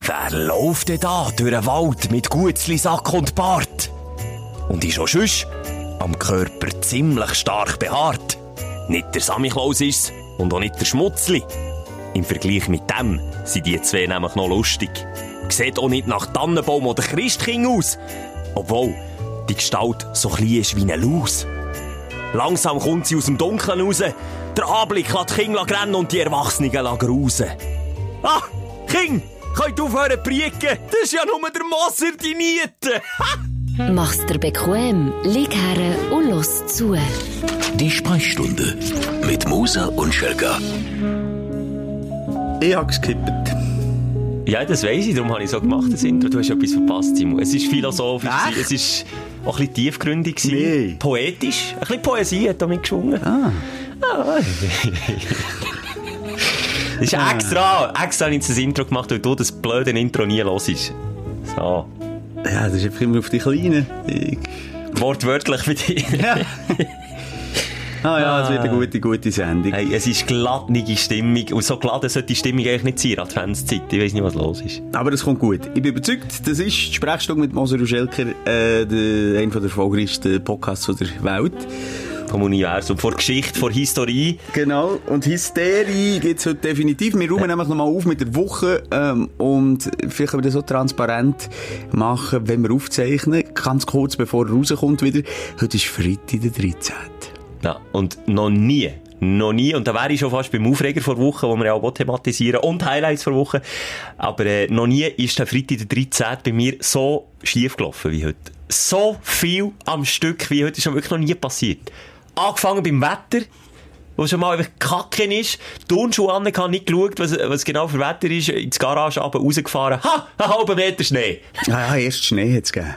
Wer läuft denn da durch den Wald mit Gutzli, Sack und Bart? Und ist auch sonst am Körper ziemlich stark behaart. Nicht der Samichlaus ist's und auch nicht der Schmutzli. Im Vergleich mit dem sind die zwei nämlich noch lustig. Sieht auch nicht nach Tannenbaum oder Christkind aus. Obwohl die Gestalt so klein ist wie eine Laus. Langsam kommt sie aus dem Dunkeln raus. Der Anblick lässt die Kinder rennen und die Erwachsenen grausen. Ah, King, könnt aufhören zu pricken? Das ist ja nur der Moser, die Niete. Mach's dir bequem, lieg her und los zu. Die Sprechstunde mit Musa und Schelga. Ich habe geskippt. Ja, das weiss ich, darum habe ich so gemacht, das Intro. Du hast etwas verpasst, Simon. Es ist philosophisch, gewesen, es ist auch ein bisschen tiefgründig, gewesen, Nee. poetisch. Ein bisschen Poesie hat damit geschwungen. Ah. das ist extra, extra habe ich das Intro gemacht, weil du das blöde Intro nie hörst. So, Ja, das ist einfach immer auf die Kleinen. Ich... wortwörtlich für dich. Ja. ah ja, es wird eine gute, gute Sendung. Hey, es ist glattnige Stimmung und so glatt sollte die Stimmung eigentlich nicht sein, Adventszeit. Ich weiß nicht, was los ist. Aber es kommt gut. Ich bin überzeugt, das ist die Sprechstunde mit Moser und Schelker, äh, der, einer der erfolgreichsten Podcasts von der Welt. Vom Universum, vor Geschichte, vor Historie. Genau, und Hysterie gibt's heute definitiv. Wir räumen nämlich nochmal auf mit der Woche ähm, und vielleicht können wir das so transparent machen, wenn wir aufzeichnen, ganz kurz bevor er rauskommt wieder. Heute ist Freitag, der 13. Ja, und noch nie, noch nie, und da wäre ich schon fast beim Aufreger vor Woche, wo wir ja auch thematisieren und Highlights vor Woche, aber äh, noch nie ist der Freitag der 13. bei mir so schief gelaufen wie heute. So viel am Stück wie heute ist schon wirklich noch nie passiert. Angefangen beim Wetter, wo schon mal einfach kacken ist, Turnschuhe an, ich nicht geschaut, was, was genau für Wetter ist, ins Garage runter, rausgefahren, ha, einen halben Meter Schnee. Ah ja, erst Schnee hat's gegeben.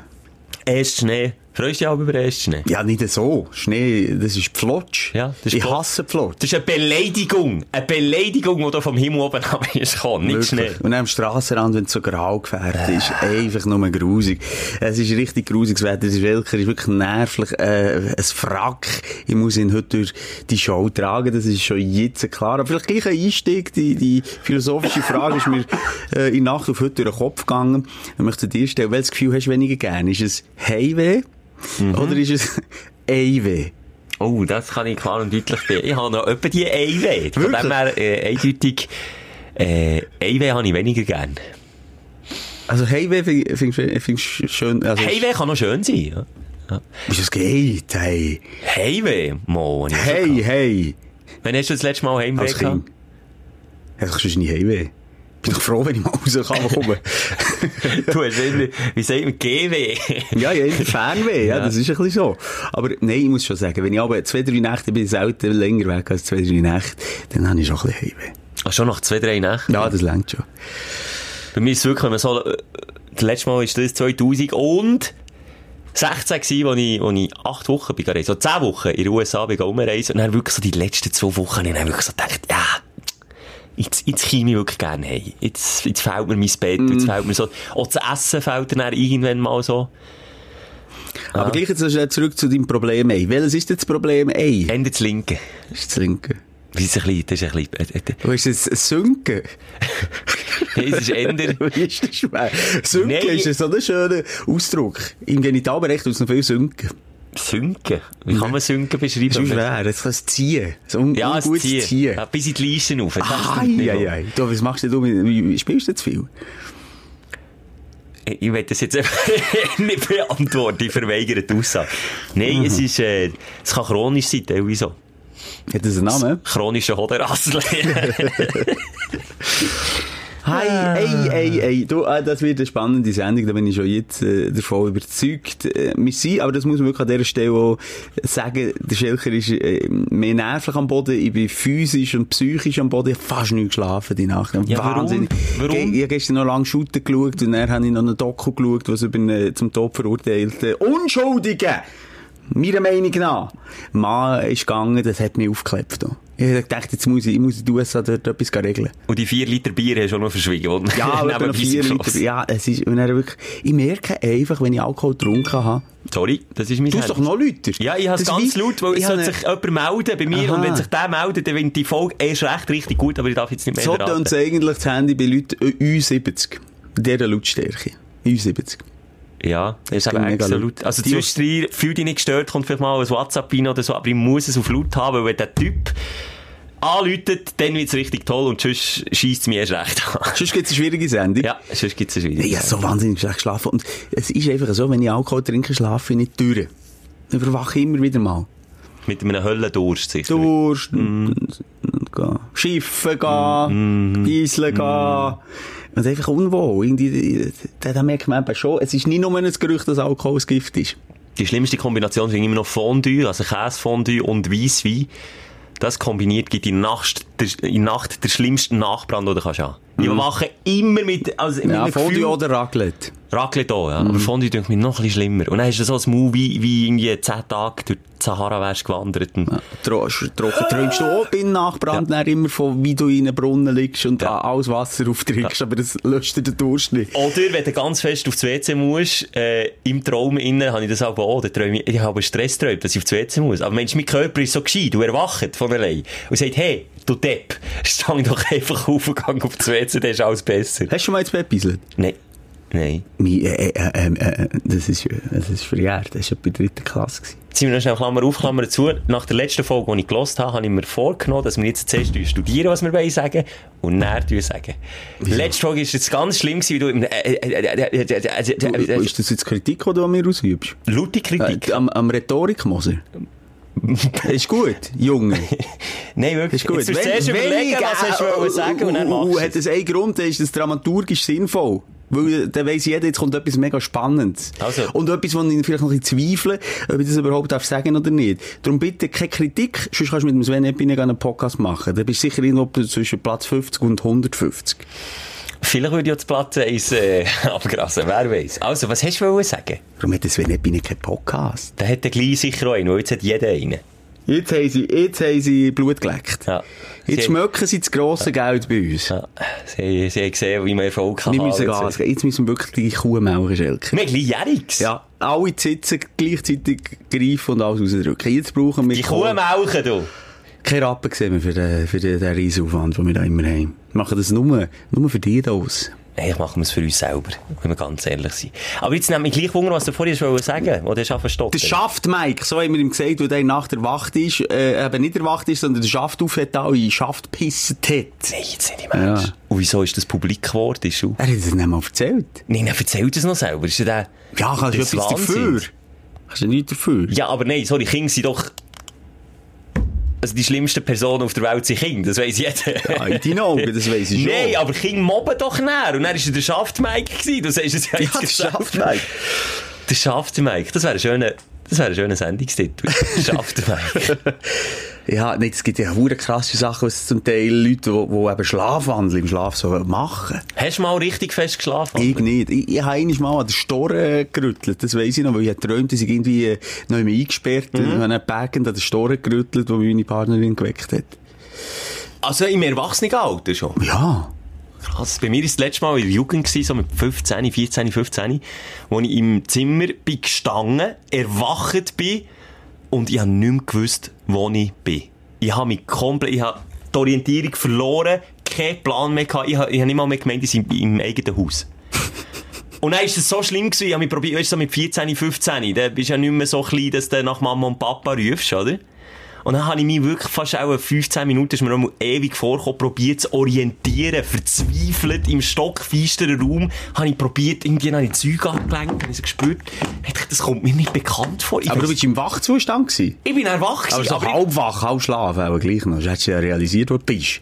Erst Schnee. Freust du dich auch über den ersten Schnee? Ja, nicht so. Schnee, das ist Pflotsch. Ja, das ist ich Pflotsch. hasse Pflotsch. Das ist eine Beleidigung. Eine Beleidigung, die da vom Himmel oben kam. Nicht Äh. schnell. Und am Strassenrand, wenn es so grau gefärbt ist, einfach nur grusig. Es ist richtig grusiges Wetter, es ist wirklich, es ist wirklich nervlich. Äh, ein Frack, ich muss ihn heute durch die Show tragen, das ist schon jetzt klar. Aber vielleicht gleich ein Einstieg, die, die philosophische Frage ist mir äh, in Nacht auf heute durch den Kopf gegangen. Ich möchte dir stellen, welches Gefühl hast du weniger gerne? Ist es Heimweh Mhm. oder ist es Eiweh? Oh, das kann ich klar und deutlich sehen. Ich habe noch etwa nou die E Eiweh. Von Wirklich? dem her, äh, eindeutig, äh, Eiweh habe ich weniger gern. Dus- Also Heimweh finde find, find, find schön. Also, Heiweh kann noch schön sein, ja. Ist es geht, hey. Heiweh, Mo. habe ich auch schon Hey, gehabt. hey. Wann hast du das letzte Mal Heimweh Als Kind. gehabt? Ja, ich sonst nie heimweh. Bin doch froh, wenn ich mal raus kann kommen. Du hast wieder, wie sagt man, GW. ja, ja, immer Fernweh, ja, Ja. das ist ein bisschen so. Aber nein, ich muss schon sagen, wenn ich aber zwei, drei Nächte bin, selten länger weg als zwei, drei Nächte, dann habe ich schon ein bisschen Heimweh. Ah, schon nach zwei, drei Nächten. Ja, das längt schon. Bei mir ist es wirklich, wenn man so, äh, das letzte Mal war das 2000 und 16 gsi, wo ich, wo ich acht Wochen bin gereist. So zehn Wochen in den USA bin ich rumgereist. Und dann wirklich so die letzten zwei Wochen, ich dann wirklich so gedacht, ja, jetzt, jetzt käme ich wirklich gerne hey. Jetzt, jetzt fehlt mir mein Bett, Mm. jetzt fehlt mir so, auch das Essen fehlt dann irgendwann mal so. Aber gleich jetzt schnell zurück zu deinem Problem Ei. Welches ist denn das Problem Ei? Ende zu linken. Ist das Linken. Das ist ein bisschen, das ist ein bisschen, äh, Wo ist es? Sünken? äh, das ist Ende. Wie ist das schwer? Sünken Nein. ist so ein schöner Ausdruck. Im Genitalbereich tut es noch viel Sünken. Sinken. Wie kann man sinken beschreiben? Das ist auch schwer. Jetzt kann es ziehen. So ein Ja, es ungutes ziehen. Ziehen. Ja, bis in die Leisten rauf. Das stimmt nicht. Eieiei. Du, was machst denn du? Mit, wie, wie spielst du zu viel? Ich ich will das jetzt einfach nicht beantworten, ich verweigere die Aussage. Nein, Mhm. es ist, äh, es kann chronisch sein, teilweise so. Hat das einen Namen? Chronische Hoderassel. Hi, Ah. ey, ey, ey. Du, äh, das wird eine spannende Sendung, da bin ich schon jetzt äh, davon überzeugt. Äh, wir sind, aber das muss man wirklich an dieser Stelle auch sagen, der Schelker ist äh, mehr nervlich am Boden, ich bin physisch und psychisch am Boden, ich habe fast nicht geschlafen die Nacht. Ja, warum? Wahnsinnig. Warum? Ge- Ich habe gestern noch lange Shooter geschaut und dann habe ich noch einen Doku geschaut, was über einen äh, zum Tod verurteilten Unschuldigen, meiner Meinung nach, Mann ist gegangen, das hat mich aufgeklebt. auch. Ich habe gedacht, jetzt muss ich, ich muss in die USA dort etwas regeln. Und die 4 Liter Bier hast du auch noch verschwiegen. die Ja, aber nebenbei etwa noch vier sind Liter. geflossen. Ja, es ist, wenn er wirklich, ich merke einfach, wenn ich Alkohol getrunken habe, Sorry, das ist mein du hast doch Handy. noch Leute. Ja, ich habe es ganz laut, weil es sollte sich jemand melden bei mir. Aha. Und wenn sich der meldet, dann wird die Folge erst recht richtig gut, aber ich darf jetzt nicht mehr So verraten. tönt eigentlich das Handy bei Leuten äh, 70 In dieser Lautstärke. 70. Ja, das ist aber bin mega extra laut. laut. Also Die- zwischendrin, fühl dich nicht gestört, kommt vielleicht mal ein WhatsApp rein oder so, aber ich muss es auf laut haben, weil wenn der Typ anläutet, dann wird's richtig toll und sonst schießt es mir erst recht an. Sonst gibt es eine schwierige Sendung. ja, sonst gibt's es wieder. Ich habe so wahnsinnig schlecht geschlafen. Und es ist einfach so, wenn ich Alkohol trinke, schlafe ich nicht durch. Ich überwache immer wieder mal. Mit einem Höllendurst sicher. Durst, und- und gehen. Schiffen gehen, Eiseln gehen. Und einfach unwohl. Irgendwie, da, da merkt man eben schon, es ist nicht nur ein Gerücht, dass Alkohol ein Gift ist. Die schlimmste Kombination sind immer noch Fondue, also Käsefondue und Weisswein. Das kombiniert gibt in Nacht, der, in Nacht der schlimmsten Nachbrand, den du kannst haben. Ich wache immer mit, also mit Mhm. Ja, einem Gefühl- Fondue oder Raclette. Raclette auch, ja. Aber Fondue denkt mir noch ein bisschen schlimmer. Und dann ist das so ein Movie, wie irgendwie 10 Tage durch die Sahara wärst gewandert. Und Trocken träumst du auch beim Nachbrand dann immer von, wie du in einem Brunnen liegst und Ja. a- alles Wasser auftrinkst, aber das löscht dir den Durst nicht. Oder, wenn du ganz fest aufs WC musst, äh, im Traum innen habe ich das aber auch, da träume ich, ich habe einen Stressträum, dass ich aufs WC muss. Aber Mensch, mein Körper ist so gescheit und erwacht von allein. Und sagt, hey, du Depp, stang doch einfach auf und gang aufs WC, dann ist alles besser. Hast du schon mal ins Bett bisselt? Nein. Nein. Mein, äh, äh, ähm, äh, das ist, äh, das ist verjährt. Das war bei der dritten Klasse. Gewesen. Jetzt sind wir noch schnell Klammer auf, Klammer zu. Nach der letzten Folge, die ich gelost habe, habe ich mir vorgenommen, dass wir jetzt zuerst studieren, was wir wollen sagen, und dann sagen. Letzte Folge war es ganz schlimm, gewesen, wie du im, äh, äh, äh, äh, äh, Du, äh, äh, äh, ist das jetzt Kritik, die du an mir ausübst? laute Kritik. Äh, am, am Rhetorikmoser? ist gut, Junge. Nein, wirklich. Ist gut. äh, Jetzt musst du zuerst überlegen, was hast du wollen sagen und dann machst du uh, Hat es. das einen Grund, dann ist das dramaturgisch sinnvoll. Weil äh, dann weiss jeder, jetzt kommt etwas mega Spannendes. Also. Und etwas, wo ich vielleicht noch ein bisschen zweifle, ob ich das überhaupt darf sagen oder nicht. Darum bitte keine Kritik, sonst kannst du mit dem Sven Eppinen gerne einen Podcast machen. Dann bist du sicher irgendwo zwischen Platz 50 und 150. Vielleicht würde ich jetzt Platz 1 äh, abgrasen, wer weiß. Also, was hast du wollen sagen? Darum hat der Sven Eppinen keinen Podcast. Da hat der gleich sicher auch einen, weil jetzt hat jeder einen. Jetzt haben sie, jetzt haben sie Blut geleckt. Ja. Jetzt Sie- schmecken sie das grosse Geld bei uns. Ja, sie, sie haben gesehen, wie man Erfolg kann. Wir müssen haben. Gas geben. Jetzt müssen wir wirklich die Kuh melken, Schelke. Wir haben gleich Jähriges. Ja, alle sitzen gleichzeitig greifen und alles rausdrücken. Jetzt brauchen wir Die Kuh melken, du. keine Rappen sehen wir für den, für den, den Riesenaufwand, den wir da immer haben. Wir machen das nur, nur für dich da aus. Nein, ich mache es für uns selber, wenn wir ganz ehrlich sind. Aber jetzt nehme ich gleich Wunder, was du vorhin schon sagen wolltest, oder hast du verstopft? Der Schaft, Mike, so haben wir ihm gesagt, weil der Nacht erwacht ist, äh, eben nicht erwacht ist, sondern der Schaft aufhört, alle Schaft pisset hat. Nein, jetzt nicht im Ernst. Ja. Und wieso ist das publik geworden? Ist schon- Er hat es nicht mal erzählt. Nein, dann erzähl das noch selber. Ist ja der... Ja, kannst du Das etwas Wahnsinn. dafür? Kannst du nichts dafür? Ja, aber nein, sorry, Kinder sind doch... Also die schlimmsten Personen auf der Welt sind Kinder, das weiss jeder. Ah, in deinen Augen, das weiss ich schon. Nein, aber Kinder mobben doch näher. Und dann war der Schaftmike. gewesen. Du sagst es ja ja, jetzt der gesagt. Schaft, Mike. Der Schaftmike. Das wäre ein schöner... Das wäre ein schöner Sendungstitel. Der Schaftmike. Ja, nee, es gibt ja hure krasse Sachen, was zum Teil Leute, die, die eben Schlafwandel im Schlaf so machen. Hast du mal richtig fest geschlafen? Ich nicht. Ich, ich habe einmal mal an der Store äh, gerüttelt, das weiss ich noch, weil ich träumte, dass ich irgendwie äh, noch einmal eingesperrt mhm. und habe dann packend an der Store gerüttelt, wo mich meine Partnerin geweckt hat. Also im Erwachsenenalter schon? Ja. Krass. Bei mir war das letzte Mal in der Jugend, gewesen, so mit 15, 14, 15, wo ich im Zimmer bin gestanden, erwacht bin und ich habe nicht mehr gewusst, wo ich bin. Ich habe mich komplett, ich habe die Orientierung verloren, keinen Plan mehr gehabt, ich habe, ich habe nicht mal mehr gemeint, ich bin im eigenen Haus. Und dann ist es so schlimm gewesen, ich habe mich probiert, weißt du, so mit 14, 15, da bist du ja nicht mehr so klein, dass du nach Mama und Papa rufst, oder? Und dann habe ich mich wirklich fast auch 15 Minuten, ist mir noch ewig vorgekommen, probiert zu orientieren, verzweifelt, im stockfeisteren Raum, habe ich probiert, irgendwie habe ich Zeug abgelenkt, habe ich so gespürt, ich dachte, das kommt mir nicht bekannt vor. Ich, Aber du weiss- bist im Wachzustand gewesen. ich bin erwacht, Aber aber, so aber halb wach, halb schlaf, aber gleich noch. Sonst Hättest du ja realisiert, wo du bist. ich,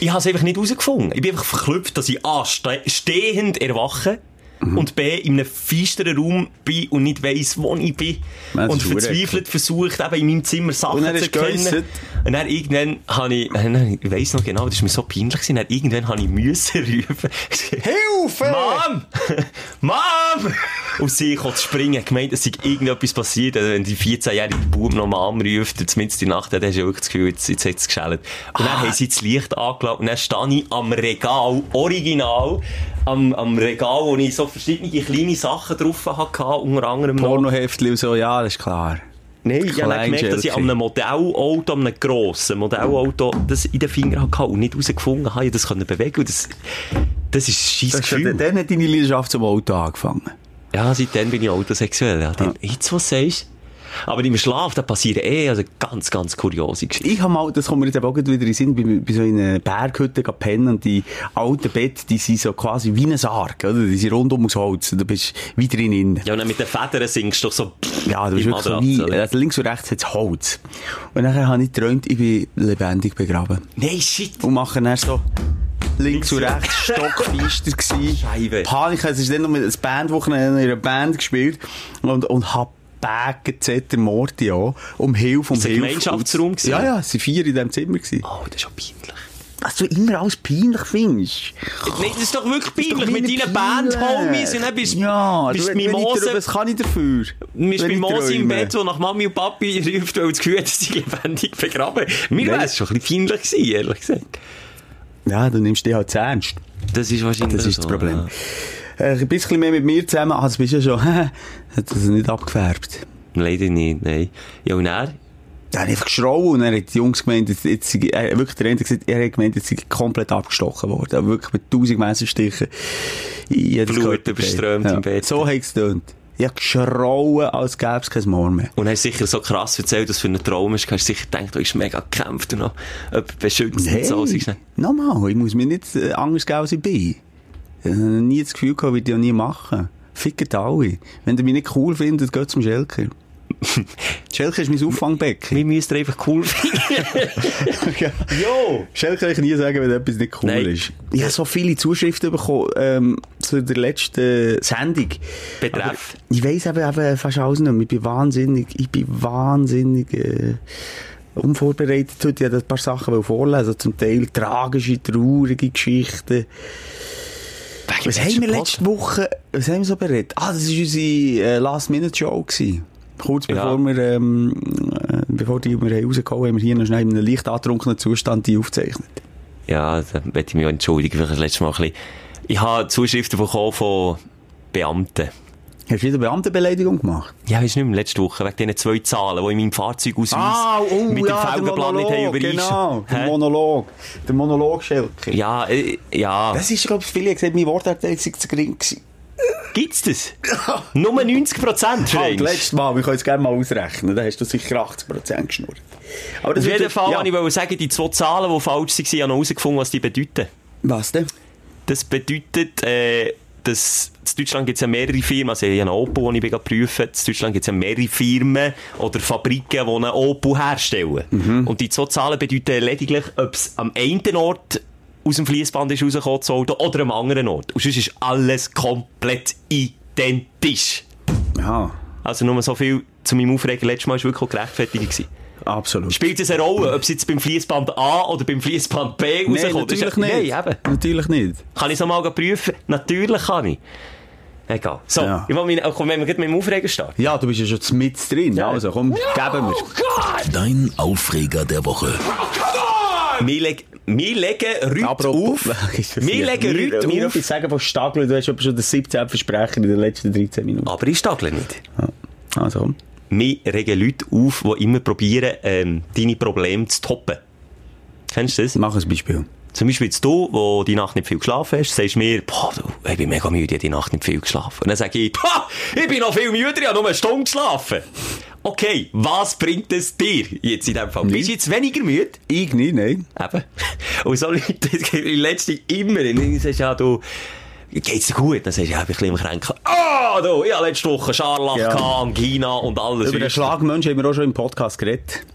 ich habe es einfach nicht herausgefunden. Ich bin einfach verklüpft, dass ich A, ste stehend erwache Mhm. und B, in einem feisteren Raum bin und nicht weiss, wo ich bin. Ja, das und ist verdammt. verzweifelt versucht, eben in meinem Zimmer Sachen Und dann zu hast du geäussert. erkennen. Und dann irgendwann habe ich, äh, ich weiss noch genau, das war mir so peinlich, gewesen, dann irgendwann habe ich müssen rufen. Hilfe! Mom! Mom! Und sie kommt zu springen, gemeint, es sei irgendetwas passiert. Also wenn die 14-jährige Bub noch mal anruft, jetzt mitten in der Nacht, dann hast du ja wirklich das Gefühl, jetzt, jetzt hat es geschält. Und Ah. dann haben sie das Licht angelassen und dann stand ich am Regal, original, am, am Regal, wo ich so verschiedene kleine Sachen drauf hatte, unter anderem noch- Pornoheftli und so, ja, das ist klar. Nein, ich habe Klein dann gemerkt, dass ich an einem Modellauto, an einem grossen Modellauto, das in den Fingern hatte und nicht herausgefunden habe, ich das können bewegen. Und das, Das ist ein scheisses Das ist ja, Gefühl. dann hat deine Leidenschaft zum Auto angefangen. Ja, seitdem bin ich autosexuell. Ja. Dann, Jetzt, was sagst du? Aber im Schlaf, da passieren eh also ganz, ganz kuriose Geschichten. Ich habe mal, das kommt mir jetzt eben auch gerade wieder in den Sinn, bei, bei so einer Berghütte gehen pennen und die alten Betten, die sind so quasi wie ein Sarg, oder? Die sind rundum aus Holz, und du bist wie drin innen. Ja, und dann mit den Federn singst du doch so Ja, du bist im wirklich so Matratze, wie, oder? also links und rechts hat Holz. Und nachher habe ich geträumt, ich bin lebendig begraben. Nein, shit. Und mache dann so links und und rechts stockfeister gewesen. Scheibe. Panik, es ist dann noch mit einer Bandwochenende in einer Band gespielt und, und hab Bägen, Zetter, Morty an, um Hilfe, um Ist ein Hilfe. Gemeinschaftsraum gewesen? Ja, ja, es waren vier in diesem Zimmer. Gewesen. Oh, das ist schon peinlich. Was du immer alles peinlich findest. Nein, das ist doch wirklich Ist doch peinlich mit meine deinen Peinlich. Band-Homies und dann bist ja, bist du, du wenn ich Mimose, träume, Was kann ich dafür? bist Wenn ich Mimose im träume. Bett, wo nach Mami und Papi ruft, weil das Gefühl hat, dass sie lebendig begraben. Mir Nein. wäre es schon ein bisschen peinlich gewesen, ehrlich gesagt. Ja, du nimmst dich halt zu ernst. Das ist wahrscheinlich Das ist so, das ja. Problem. Äh, ein bisschen mehr mit mir zusammen, ah, das bist du ja schon, hat das nicht abgefärbt. Leider nicht, nein. Ja, und er? Dann habe ich einfach geschrauen und dann hat die Jungs gemeint, jetzt, jetzt, sei- er, wirklich der eine hat gesagt, er hat gemeint, jetzt sei komplett abgestochen worden. Aber wirklich mit tausend Messerstichen. in jedes Blut Körperteil. überströmt im Bett. So hat es getönt. Ich habe geschrauen, als gäbe es kein Morgen mehr. Und hast sicher so krass erzählt, dass für einen Traum ist. Hast sicher gedacht, du hast mega gekämpft und noch jemand beschützt und so. Sagst du, nochmal, ich muss mir nicht äh, anders geben, als ich bin. Ich habe nie das Gefühl gehabt, ich würde ja nie machen. Fickt alle. Wenn ihr mich nicht cool findet, geht zum Schelker. Schelker ist mein Auffangbecken. Wir müssen einfach cool finden. Jo! Schnell kann ich nie sagen, wenn etwas nicht cool Nein. ist. Ich habe so viele Zuschriften bekommen ähm, zu der letzten Sendung. Betreff. Aber Ich weiss eben, eben fast alles nicht mehr. Ich bin wahnsinnig, ich bin wahnsinnig äh, unvorbereitet heute. Ich wollte ein paar Sachen wollen vorlesen. Also zum Teil tragische, traurige Geschichten. Was haben wir letzte Woche, was haben wir so beredet? Ah, das war unsere äh, Last-Minute-Show. gewesen. Kurz Ja. bevor wir, ähm, äh, bevor die wir haben rausgekommen haben wir hier noch schnell in einem leicht antrunkenen Zustand die aufgezeichnet. Ja, da möchte ich mich auch entschuldigen. Vielleicht das letzte Mal ein bisschen. Ich habe Zuschriften bekommen von Beamten. Hast du wieder Beamtenbeleidigung gemacht? Ja, weißt du nicht mehr, letzte Woche, wegen diesen zwei Zahlen, die in meinem Fahrzeugausweis Ah, oh, mit dem Felgenplan nicht haben genau. Der Hä? Monolog. Der Monolog-Schelker. Ja, äh, ja. Das ist, glaube ich, viele haben gesagt, mein Wortanteil sei zu gering gewesen. Gibt's das? Nur 90 Prozent, Halt, letztes Mal, wir können es gerne mal ausrechnen, da hast du sicher 80% geschnurrt. Aber Auf jeden wird- Fall ja. wollte ich wollte sagen, die zwei Zahlen, die falsch waren, habe ich noch herausgefunden, was die bedeuten. Was denn? Das bedeutet, äh, dass in Deutschland gibt es ja mehrere Firmen, also ich habe einen Opel, den ich bin gerade prüfen, in Deutschland gibt es ja mehrere Firmen oder Fabriken, die einen Opel herstellen. Mhm. Und die zwei Zahlen bedeuten lediglich, ob es am einen Ort aus dem Fließband ist rausgekommen, das Auto, oder am anderen Ort. Und sonst ist alles komplett identisch. Ja, Also nur so viel zu meinem Aufregen. Letztes Mal war es wirklich auch gerechtfertigt. Gewesen. absolut. Spielt es eine Rolle, ob es jetzt beim Fließband A oder beim Fließband B rauskommt? Nein, Das ist ja- natürlich nicht. Nein, eben. Natürlich nicht. Kann ich es mal prüfen? Natürlich kann ich. Egal. So, Ja. ich will meine, komm, wenn wir gleich mit dem Aufregen starten. Ja, du bist ja Nou, Oh, schon mit drin. Also komm, geben wir. Dein Aufreger der Woche. Wir, leg, wir legen Leute auf. Wir legen Leute Wir auf. dürfen sagen, was Stagler, du hast etwa schon den 17 Versprecher in den letzten 13 Minuten. Nou, Aber ich stagle nicht. Also komm. Wir regen Leute auf, die immer probieren, ähm, deine Probleme zu toppen. Kennst du das? Mach ein Beispiel. Zum Beispiel jetzt du, wo die Nacht nicht viel geschlafen hast, sagst mir, boah, du, ich bin mega müde, ich hab die Nacht nicht viel geschlafen. Und dann sage ich, ha, ich bin noch viel müder, ich habe nur eine Stunde geschlafen. Okay, was bringt es dir jetzt in dem Fall? Bist du jetzt weniger müde? Ich nicht, nein. Eben. Und so Leute, das gibt die letzte immer. Und dann sagst du, ja, du, geht's dir gut? Dann sagst du, ja, ich bin ein bisschen im Kränkel. Ah, du, ich hab letzte Woche Scharlach, Ja. ja. Angina und alles. Über den Übrige, Schlagmensch haben wir auch schon im Podcast geredet.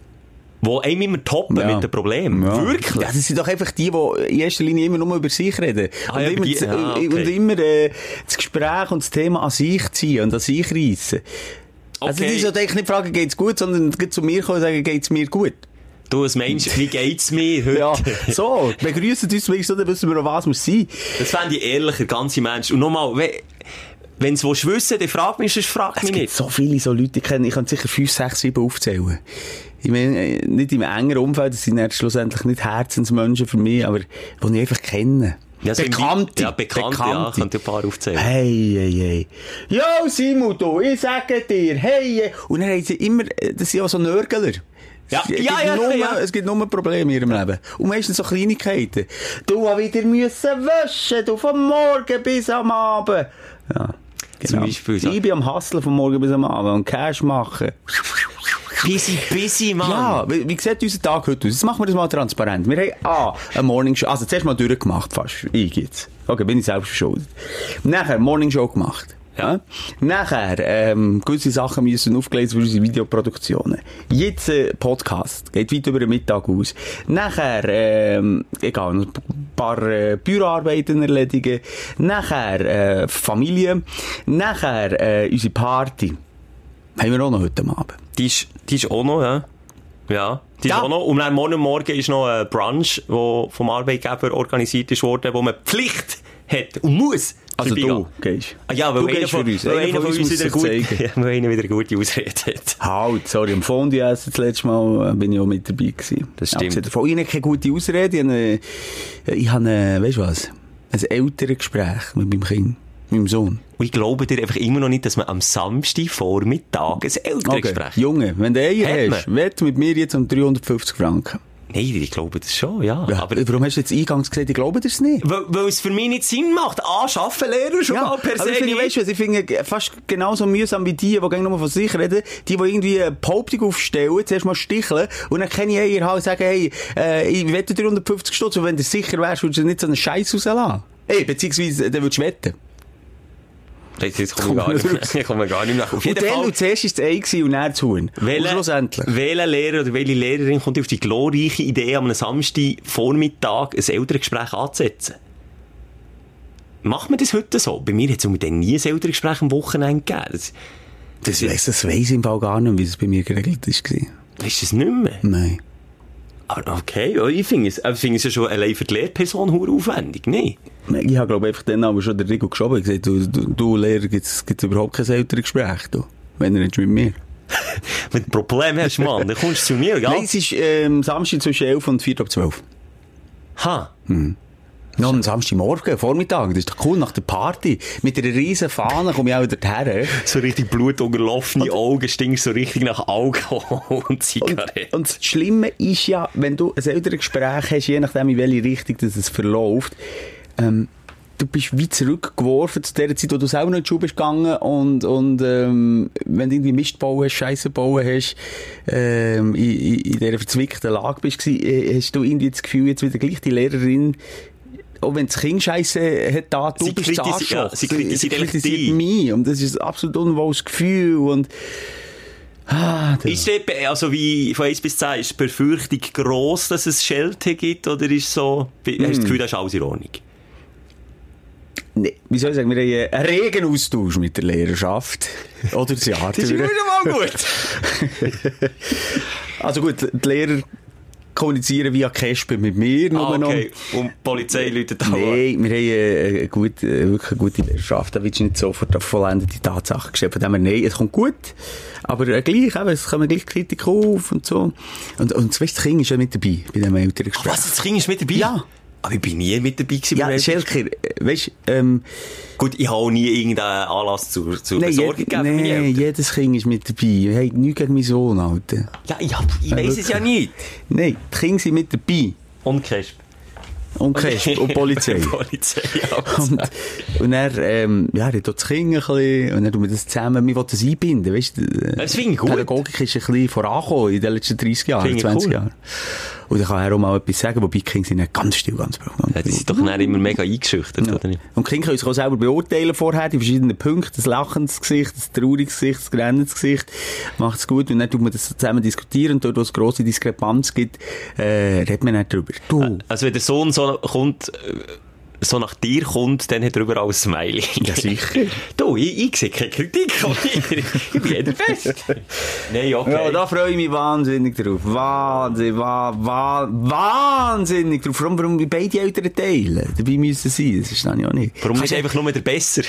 Wo einem immer toppen Ja. mit den Problemen. Ja. Wirklich? Ja, das sind doch einfach die, die in erster Linie immer nur über sich reden. Ah, und, ja, immer die- das, ah, okay. und immer äh, das Gespräch und das Thema an sich ziehen und an sich reissen. Also Okay. die sollten eigentlich nicht fragen, geht's gut, sondern gleich zu mir kommen und sagen, geht's mir gut. Du, als Mensch, wie geht's mir heute? Ja, so, begrüßen uns wenigstens, so, dann wissen wir, was muss sein. Das fände ich ehrlicher, ganze Mensch. Und nochmal, we- wenn du es wissen dann frag mich, sonst frag Es mich gibt nicht. so viele so Leute, ich kenne, ich kann sicher 5, 6, 7 aufzählen. Ich meine, äh, nicht im engeren Umfeld, das sind dann schlussendlich nicht Herzensmenschen für mich, aber die ich einfach kenne. so im Wei- Bekannte. Ja, Bekannte, ja, könnte ein paar aufzählen. Hey, hey, hey. eh, Ja, Simon, du, ich sage dir, hey, hey. Und dann haben sie immer, äh, das sind auch so Nörgler. Ja, es, ja, gibt ja, nur, ja. es gibt nur Probleme in ihrem Leben. Und meistens so Kleinigkeiten. Du hast wieder müssen waschen, du vom Morgen bis am Abend. Ja, genau. Zum Beispiel, ja. Ich bin am Hustlen vom Morgen bis am Abend und Cash machen. Busy, busy, Mann. Ja, wie, wie sieht unser Tag heute aus? Jetzt machen wir das mal transparent. Wir haben A, eine Morningshow, also zuerst mal durchgemacht fast, ich jetzt. Okay, bin ich selbst verschuldet. Nachher Morningshow gemacht. Ja. Nachher, ähm, gewisse Sachen müssen aufgelesen für unsere Videoproduktionen. Jetzt äh, Podcast, geht weit über den Mittag aus. Nachher, ähm, egal, noch ein paar äh, Büroarbeiten erledigen. Nachher äh, Familie. Nachher äh, unsere Party. Haben wir auch noch heute am Abend. Die ist, die ist auch noch, ja. Ja, die Ja. ist auch noch. Und dann morgen Morgen ist noch ein Brunch, der vom Arbeitgeber organisiert ist worden, wo man die Pflicht hat und muss. Also du vorbeigehen. gehst. Ah Ja, weil du einer gehst für von, uns. Weil einer von uns muss wieder sich gut, zeigen. ja, weil einer wieder eine gute Ausrede hat. Halt, sorry, am Fondue essen das letzte Mal äh, bin ich auch mit dabei gewesen. Das stimmt. Abgesehen davon, ich habe keine gute Ausrede. Ich habe, eine- ich habe eine- weißt du was, ein älteres Gespräch mit meinem Kind, mit meinem Sohn. Und ich glaube dir einfach immer noch nicht, dass man am Samstag Vormittag ein Elterngespräch... Junge, wenn du einen Hat hast, wett mit mir jetzt um 350 Franken. Nein, ich glaube das schon, ja. Ja, Aber aber warum hast du jetzt eingangs gesagt, ich glaube das nicht? weil, weil es für mich nicht Sinn macht. A, schaffen Lehrer schon mal per aber se ich finde, nicht. weißt du was, ich finde fast genauso mühsam wie die, die gerne nur von sich reden, die, die irgendwie eine Behauptung aufstellen, zuerst mal sticheln und dann kann ich ihr halt sagen, hey, äh, ich wette 350 Stutz, und wenn du sicher wärst, würdest du nicht so einen Scheiß rauslassen. Ey, beziehungsweise, äh, dann würdest du wetten. Jetzt, jetzt komme ich gar nicht mehr. Ich komme gar nicht mehr. nach. Auf Und jeden dann, Fall... und zuerst ist das Ei gewesen und dann das Huhn. Und schlussendlich. welcher Lehrer oder welche Lehrerin kommt auf die glorreiche Idee, am Samstagvormittag ein Elterngespräch anzusetzen? Macht man das heute so? Bei mir hat es unbedingt nie ein Elterngespräch am Wochenende gegeben. Das, Das, weiss- das weiss ich im Fall gar nicht, wie es bei mir geregelt ist. gewesen. ist es nicht mehr. Nein. Aber okay, ja, ich finde es, ich finde es ja schon allein für die Lehrperson hure aufwendig. Nein. Ich habe, glaube ich, einfach dann aber schon den Rico geschoben und gesagt, du, du, du Lehrer, gibt es überhaupt kein älteres Gespräch, du. Wenn er jetzt mit mir. Wenn du Probleme hast, Mann, dann kommst du zu mir, Nein, gell? es ist ähm, Samstag zwischen 11 und 4 ab 12. Ha. Ja, am Samstagmorgen, Vormittag, das ist doch cool, nach der Party. Mit einer riesen Fahne komme ich auch dorthin. So richtig blutunterlaufene Augen stinkst so richtig nach Alkohol und Und, Zigaretten. und das Schlimme ist ja, wenn du ein älteres Gespräch hast, je nachdem in welche Richtung das es verläuft, ähm, du bist wie zurückgeworfen zu der Zeit, wo du selber noch in die Schule bist gegangen und, und ähm, wenn du irgendwie Mist gebaut hast, Scheiße gebaut hast, ähm, in, in, in dieser verzwickten Lage bist, gewesen, äh, hast du irgendwie das Gefühl, jetzt wieder gleich die Lehrerin auch wenn das Kind Scheiße hat, da du Sie bist das kritisi- ja, sie kritisiert eigentlich dich. mich. Und das ist ein absolut unwohles Gefühl. Und, ah, das- Ist dort, be- also wie von 1 bis 10, ist die Befürchtung gross, dass es Schelte gibt? Oder ist so, hast Hm. du das Gefühl, das ist alles in Ordnung? Nee, wie soll ich sagen, wir haben einen regen Austausch mit der Lehrerschaft. Oder das Jahr. durch. mal gut. Also gut, die Lehrer kommunizieren via Kesper mit mir. ah, nur noch. okay. Und die Polizei läutet auch. Nein, wir haben äh, eine gute, äh, wirklich eine gute Lehrerschaft. Da willst du nicht sofort auf vollendete Tatsache gestellt. Von dem her, nein, es kommt gut. Aber äh, gleich, eben, es kommen gleich Kritik auf und so. Und, und das weisst, das Kind ist ja mit dabei, bei diesem Elterngespräch. Ah, Was, das Kind ist mit dabei? Ja. Aber ich bin nie mit dabei gewesen. Ja, beim Schelker, weisst, ähm, Gut, ich habe auch nie irgendeinen Anlass zur, zur nein, Besorgung jed gegeben. für meine nee, Eltern. jedes Kind ist mit dabei. Hey, nichts gegen meinen Sohn, Alter. Ja, ich, hab- ich weiß es ja nicht. Nein, die Kinder sind mit dabei. Und Kesp. Und Oh, Kesp und Polizei. Polizei, ja. Und, und er, ähm, ja, er hat auch das Kind ein bisschen, und dann tun wir das zusammen, wir wollen das einbinden, weißt du. äh, Das finde ich gut. Pädagogik ist ein bisschen vorangekommen in den letzten 30 Jahren, Finde ich 20 cool. Jahren. Und dann kann er auch mal etwas sagen, wobei die Kinder sind dann ganz still, ganz brav. Ja, die sind doch dann immer mega eingeschüchtert, oder nicht? Und die Kinder können sich auch selber beurteilen vorher, die verschiedenen Punkte, das lachendes Gesicht, das trauriges Gesicht, das grennendes Gesicht, macht's gut, und dann tut man das zusammen diskutieren, und dort, wo es grosse Diskrepanz gibt, äh, redet man nicht drüber. Ah, Du. Also wenn der Sohn so kommt, äh, so nach dir kommt, dann hat er überall ein Smiley. Ja, sicher. du, ich, ich sehe keine Kritik von mir. Ich bin jeder Best. Nein, okay. Ja, da freue ich mich wahnsinnig drauf. Wahnsinn, wa, wa, wahnsinnig drauf. Warum, warum wir beide Eltern teilen? Dabei müssen sie sein, das verstehe ich auch nicht. Warum bist du einfach nur der Besser?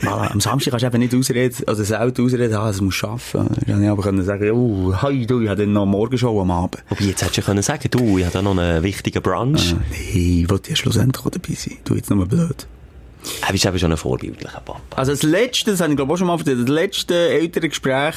Voilà, am Samstag kannst du eben nicht ausreden, also selten ausreden, ah, es muss arbeiten. Dann hätte ich aber können sagen, oh, hei, du, ich habe dann noch Morgenshow am Abend. Wobei, jetzt hättest du können sagen, du, ich habe da noch einen wichtigen Brunch. Hey, ich wollte ja schlussendlich auch dabei sein. Du, jetzt nur blöd. Ah. Du bist eben schon ein vorbildlicher Papa. Also das letzte, das habe ich glaube ich auch schon mal erzählt, das letzte ältere Gespräch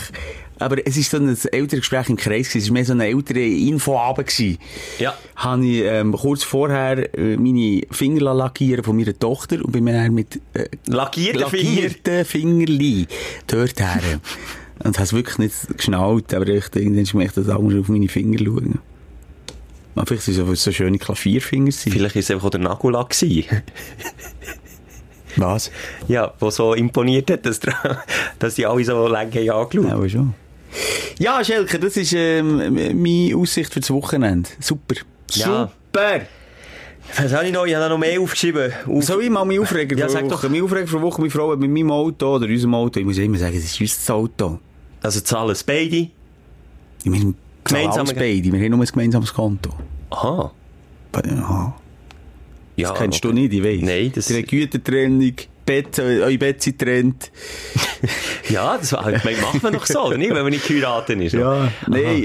Aber es ist so ein älteres Gespräch im Kreis, gewesen. es war mehr so eine ältere Infoabend. gewesen. Ja. Habe ich ähm, kurz vorher äh, meine Finger lackieren von meiner Tochter und bin mir dann mit äh, Lackierten Finger. lackierten Fingerli dort her. und habe es wirklich nicht geschnallt, aber ich irgendwann gemerkt, dass andere auf meine Finger schauen. Aber vielleicht sind es einfach so schöne Klavierfinger. Sind. Vielleicht war es einfach auch der Nagellack. gewesen. Was? Ja, der so imponiert hat, dass, dra- dass die alle so lange haben angeschaut Ja, haben. aber schon. Ja, Schelke, das ist ähm, m- meine Aussicht für das Wochenende. Super. Ja. Super! Was habe ich noch? Ich habe noch mehr aufgeschrieben. Auf Soll ich mal mich aufregen? Ja, vor sag Woche? doch. Mich aufregen vor Woche, meine Frau hat mit meinem Auto oder unserem Auto, ich muss immer sagen, es ist unser Auto. Also zahlen es beide. Ich meine, Gemeinsame- gemeinsames beide, wir haben nur ein gemeinsames Konto. Aha. Aha. Ja, Das kennst du nicht, ich weiss. Nein, das- Die Gütertrennung, Bett, eu- eure Betsy trennt. Ja, das war, ich meine, macht man doch so, oder nicht? Wenn man nicht geheiratet ist. Nein,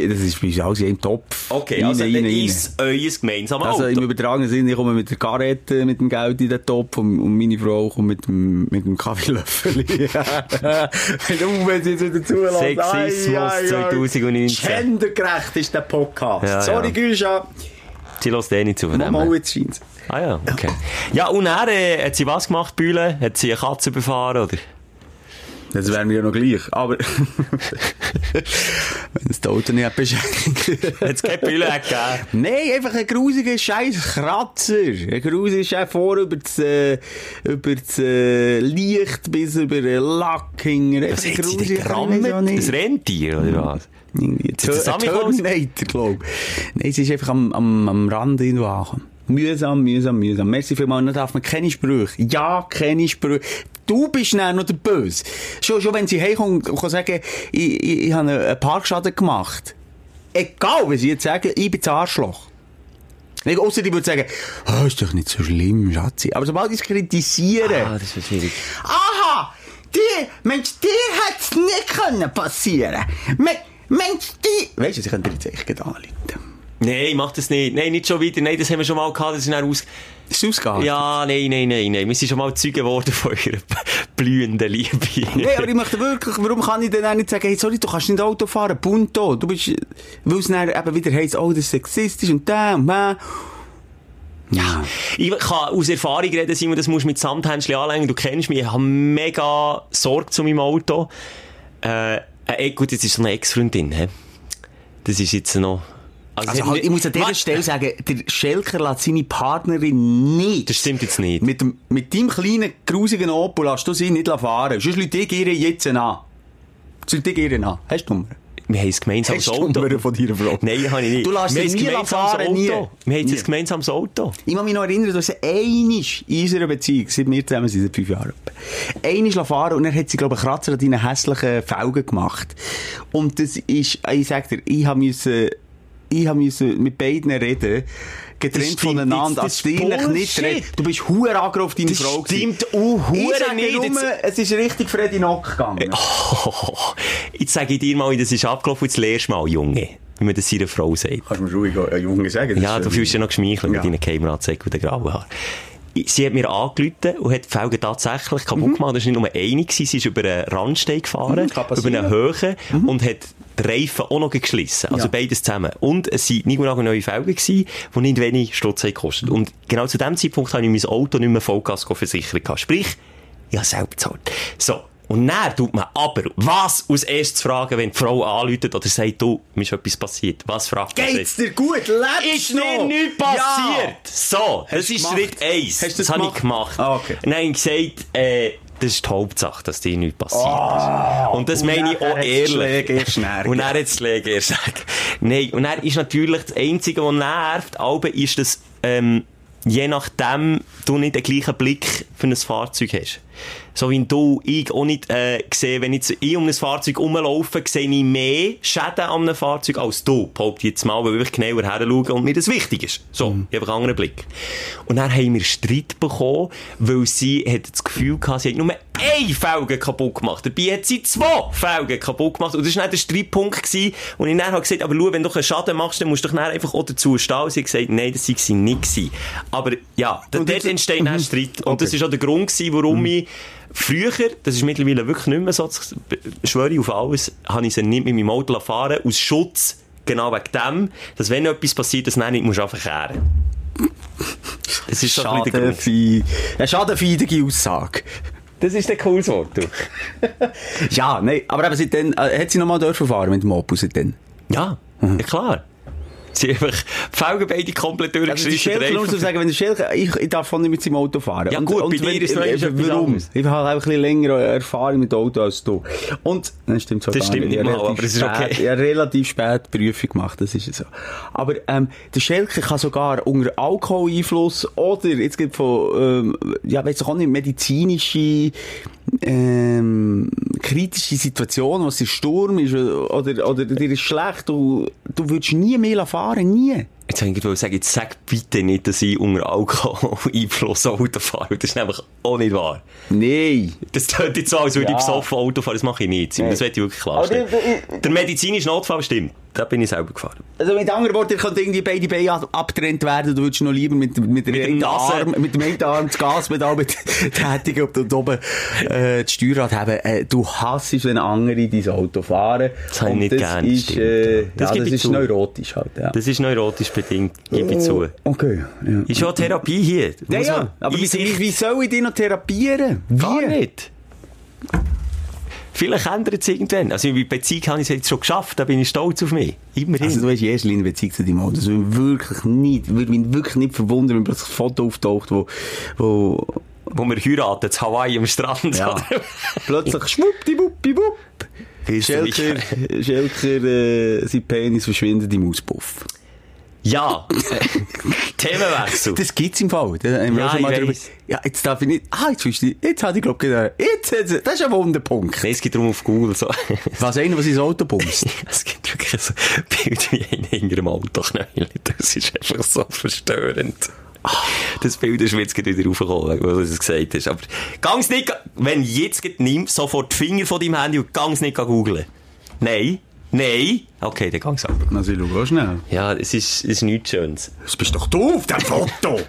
das ist bei uns alles in einem Topf. Okay, Rein, also rein, dann rein. ist euer gemeinsames Also im Auto. übertragenen Sinn, ich komme mit der Karette, mit dem Geld in den Topf und, und meine Frau kommt mit dem, mit dem Kaffeelöffel. Wenn du wenn sie jetzt wieder zulässt. Sexismus 2019. Gendergerecht ist der Podcast. Ja, Sorry, ja. Gülscha. Sie lässt eh nicht zu von Mach dem. mal her. jetzt scheint's. Ah ja, okay. Ja, und dann äh, hat sie was gemacht, Bühle? Hat sie eine Katze befahren, oder? Das wären wir ja noch gleich, aber... wenn das Auto nicht hat beschädigt. Hat es keine Bühle gegeben? Nein, einfach ein grusiger scheiß Kratzer. Ein grusiger Scheiß vor über das, äh, über das äh, Licht bis über den Lack hinger. Was hat sie denn gerammelt? Ein Rentier, oder was? Ist das ein Samichlaus? Terminator, glaub Nein, sie ist einfach am, am, am Rand irgendwo angekommen. Mühsam, mühsam, mühsam. Merci vielmals. Dann darf man keine Sprüche. Ja, keine Sprüche. Du bist dann noch der Böse. Schon, schon wenn sie heimkommt und kann sagen, ich, ich, ich habe einen- einen Parkschaden gemacht. Egal, was sie jetzt sagen, ich bin das Arschloch. Nicht, Ausser die würde sagen, oh, ist doch nicht so schlimm, Schatzi. Aber sobald ich es kritisiere, Ah, das ist schwierig. Aha! Dir, Mensch, dir hätt's nicht können passieren. Me Mensch, die... Weißt du, sie können dir jetzt echt anleiten. Nein, mach das nicht. Nein, nicht schon wieder. Nein, das haben wir schon mal gehabt, dass ich dann aus... Ist ausgegangen? Ja, nein, nein, nein, nein. Wir sind schon mal Zeugen geworden von eurer blühenden Liebe. Nein, aber ich möchte wirklich, warum kann ich denn auch nicht sagen, hey, sorry, du kannst nicht Auto fahren, punto. Du bist, weil es dann eben wieder heisst, oh, das ist sexistisch und da und da. Ja. Ich kann aus Erfahrung reden, Simon, das musst du mit Samthändchen anlegen. Du kennst mich, ich habe mega Sorge zu meinem Auto. Äh, äh, gut, jetzt ist so eine Ex-Freundin, hä? Das ist jetzt noch... Also halt, ich muss an dieser Warte, Stelle sagen, der Schelker lässt seine Partnerin nicht. Das stimmt jetzt nicht. Mit, dem, mit deinem kleinen, grusigen Opel lässt du sie nicht fahren. Sonst Leute ich ihre jetzt an. Sonst Leute ihre an. Hast du die Nummer? Wir haben ein gemeinsames Hast du die Auto. Nummer von deiner Frau? Nein, habe ich nicht. Du lässt Wir sie haben ein nie gemeinsames fahren, Auto. nie. Wir haben jetzt Nie. ein gemeinsames Auto. Ich muss mich noch erinnern, dass sie einisch in unserer Beziehung, seit wir zusammen sind, seit fünf Jahren, etwa, einisch fahren und dann hat sie, glaube ich, einen Kratzer an deinen hässlichen Felgen gemacht. Und das ist, ich sag dir, ich habe müssen, ich habe müssen mit beiden reden, stimmt getrennt jetzt, voneinander, das ist als dämlich nicht Bullshit. reden. Du bist hure angegriffen auf deine Das Frau. stimmt gewesen. auch hure Ich sage nicht. Nur, es ist eh, richtig Freddy Nock gegangen. Eh, oh. Jetzt sage ich dir mal, das ist abgelaufen, jetzt lernst du mal, Junge. Wie man das seiner Frau sagt. Kannst du mir ruhig einen Jungen sagen? das Ja, ist, du ähm, fühlst ja noch geschmeichelt ja. mit deinen Geheimanzeigen und den grauen Haaren. Ich- Sie hat mir angerufen und hat die Felgen tatsächlich kaputt gemacht. Das war nicht nur eine, gewesen, sie ist über einen Randstein gefahren, Mhm, kann über passieren. Mhm. einen Höhe und hat die Reifen auch noch geschlissen. Also Ja. beides zusammen. Und es waren nicht nur neue Felgen, gewesen, die nicht wenig Stutz haben gekostet. Und genau zu dem Zeitpunkt habe ich mein Auto nicht mehr Vollgas versichert. gehabt. Sprich, ich habe selber bezahlt. So. Und dann tut man aber, was als erstes fragen, wenn die Frau anläutet oder sagt, du, mir ist etwas passiert. Was fragt man als Geht's erstes? dir gut? ist Lebst du noch? mir nichts Ja. passiert. So, das du ist gemacht? Schritt 1. Hast du Das, das habe ich gemacht? gemacht. Ah, okay. Nein, gesagt, äh, das ist die Hauptsache, dass dir nichts passiert ist. Und das Ah. und meine ich nachher auch hat's ehrlich. Schläge erst nachher und er hat Schläge erst nachher. Nein, und er ist natürlich das Einzige, was nervt, aber ist das, ähm, je nachdem, du nicht den gleichen Blick für ein Fahrzeug hast. So wie du, ich auch nicht äh, sehe, wenn jetzt ich um ein Fahrzeug rumlaufe, sehe ich mehr Schäden an einem Fahrzeug als du. Behaupte ich jetzt mal, weil ich genauer her schaue und mir das wichtig ist. So, ich habe einen anderen Blick. Und dann haben wir Streit bekommen, weil sie hat das Gefühl gehabt, sie hat nur eine Felge kaputt gemacht. Dabei hat sie zwei Felgen kaputt gemacht. Und das war dann der Streitpunkt, gewesen, wo ich dann halt gesagt habe, aber schau, wenn du einen Schaden machst, dann musst du doch dann einfach auch dazu stehen. Und sie hat gesagt, nein, das sei sie nicht gewesen. Aber ja, d- Und dort jetzt- entsteht dann Streit. Und das Okay. Mhm. ist auch der Grund, gewesen, warum ich früher, das ist mittlerweile wirklich nicht mehr so, das schwöre ich auf alles, habe ich sie nicht mit meinem Auto fahren lassen, aus Schutz, genau wegen dem, dass wenn etwas passiert, dass dann nicht musst du einfach kehren. Das ist so ein bisschen der Grund. Schadenfei- Eine schadenfeidige Aussage. Das ist der cooles Wort, du. Ja, nein, aber eben seitdem, äh, hat sie nochmal dürfen fahren mit dem Opel seitdem? Ja, Mhm. ja klar. Sie haben einfach die Felgen beide komplett Also die durchgeschrieben. Schelke, der muss ich sagen, wenn der Schelke, ich, ich darf von nicht mit seinem Auto fahren. Ja gut, bei dir wenn- ist noch äh, etwas Warum? anderes. Ich habe halt auch ein bisschen länger Erfahrung mit Auto als du. Und, das stimmt so Das gar stimmt nicht Ich habe mal, relativ aber es ist okay. Spät, ich habe relativ spät die Prüfung gemacht, das ist so. Aber ähm, der Schelke kann sogar unter Alkoholeinfluss oder, jetzt gibt von, ähm, ja, weiß ich auch nicht, medizinische, ähm, kritische Situationen, was der Sturm ist, äh, oder, oder dir ist schlecht, du, du würdest nie mehr fahren, nie. Jetzt wollte ich gerade sagen, jetzt sag bitte nicht, dass ich unter Alkohol-Einfluss Auto fahre. weil Das ist nämlich auch nicht wahr. Nein. Das tönt jetzt so, als würde Ja. ich besoffen Auto fahren. Das mache ich nicht. Simon. Nee. Das werde ich wirklich klarstellen. Aber ich- ich- Der medizinische Notfall stimmt. Da bin ich selber gefahren. Also mit anderen Worten, ihr könnt irgendwie beide Beine ab- abgetrennt werden, du würdest noch lieber mit, mit, der dem einen Nase- Arm, mit dem einen Arm das Gaspedal mit- tätigen und dort oben äh, das Steuerrad haben. Äh, du hasst es, wenn andere dein Auto fahren. Das habe ich Und nicht das gern, Ist, stimmt. äh, Das ja, gebe das ich ist zu. neurotisch halt, ja. Das ist neurotisch bedingt, gebe ich zu. Okay, ja. Ist ja Therapie hier. Oh. Ja, Muss man ja, aber wie, Einsicht- wie, wie soll ich dich noch therapieren? Wie? Gar nicht. Vielleicht ändert es irgendwann. Also in meiner Beziehung habe ich es jetzt schon geschafft, da bin ich stolz auf mich. Immerhin. Also du weißt, erst in Beziehung zu deinem Auto. Das würde mich wirklich nicht, würde mich wirklich nicht verwundern, wenn plötzlich ein Foto auftaucht, wo, wo, wo wir heiraten, zu Hawaii am Strand. ja, oder? plötzlich schwuppdiwuppiwupp. Weisst du mich? Schelker, Schelker äh, sein Penis verschwindet im Auspuff. Ja. Themenwechsel. Das gibt's im Fall. Da haben wir Ja, auch schon mal ich drüber. weiss. Ja, jetzt darf ich nicht. Ah, jetzt wüsste ich. Jetzt hat ich glaub gedacht. Jetzt, jetzt, das ist ein Wunderpunkt. Nein, es geht darum auf Google. So. Was einer, was ins Auto bumst. es gibt wirklich so Bild wie einen hinter dem Autoknäuel. Das ist einfach so verstörend. Das Bild ist mir jetzt gerade wieder raufgekommen, weil du es gesagt hast. Aber ganz nicht, wenn jetzt gerade nimm sofort die Finger von deinem Handy und ganz nicht googeln. Nein. Nein. Okay, dann ganz ab. Also, ich schau auch schnell. Ja, es ist, es ist nichts Schönes. Das bist doch du auf dem Foto!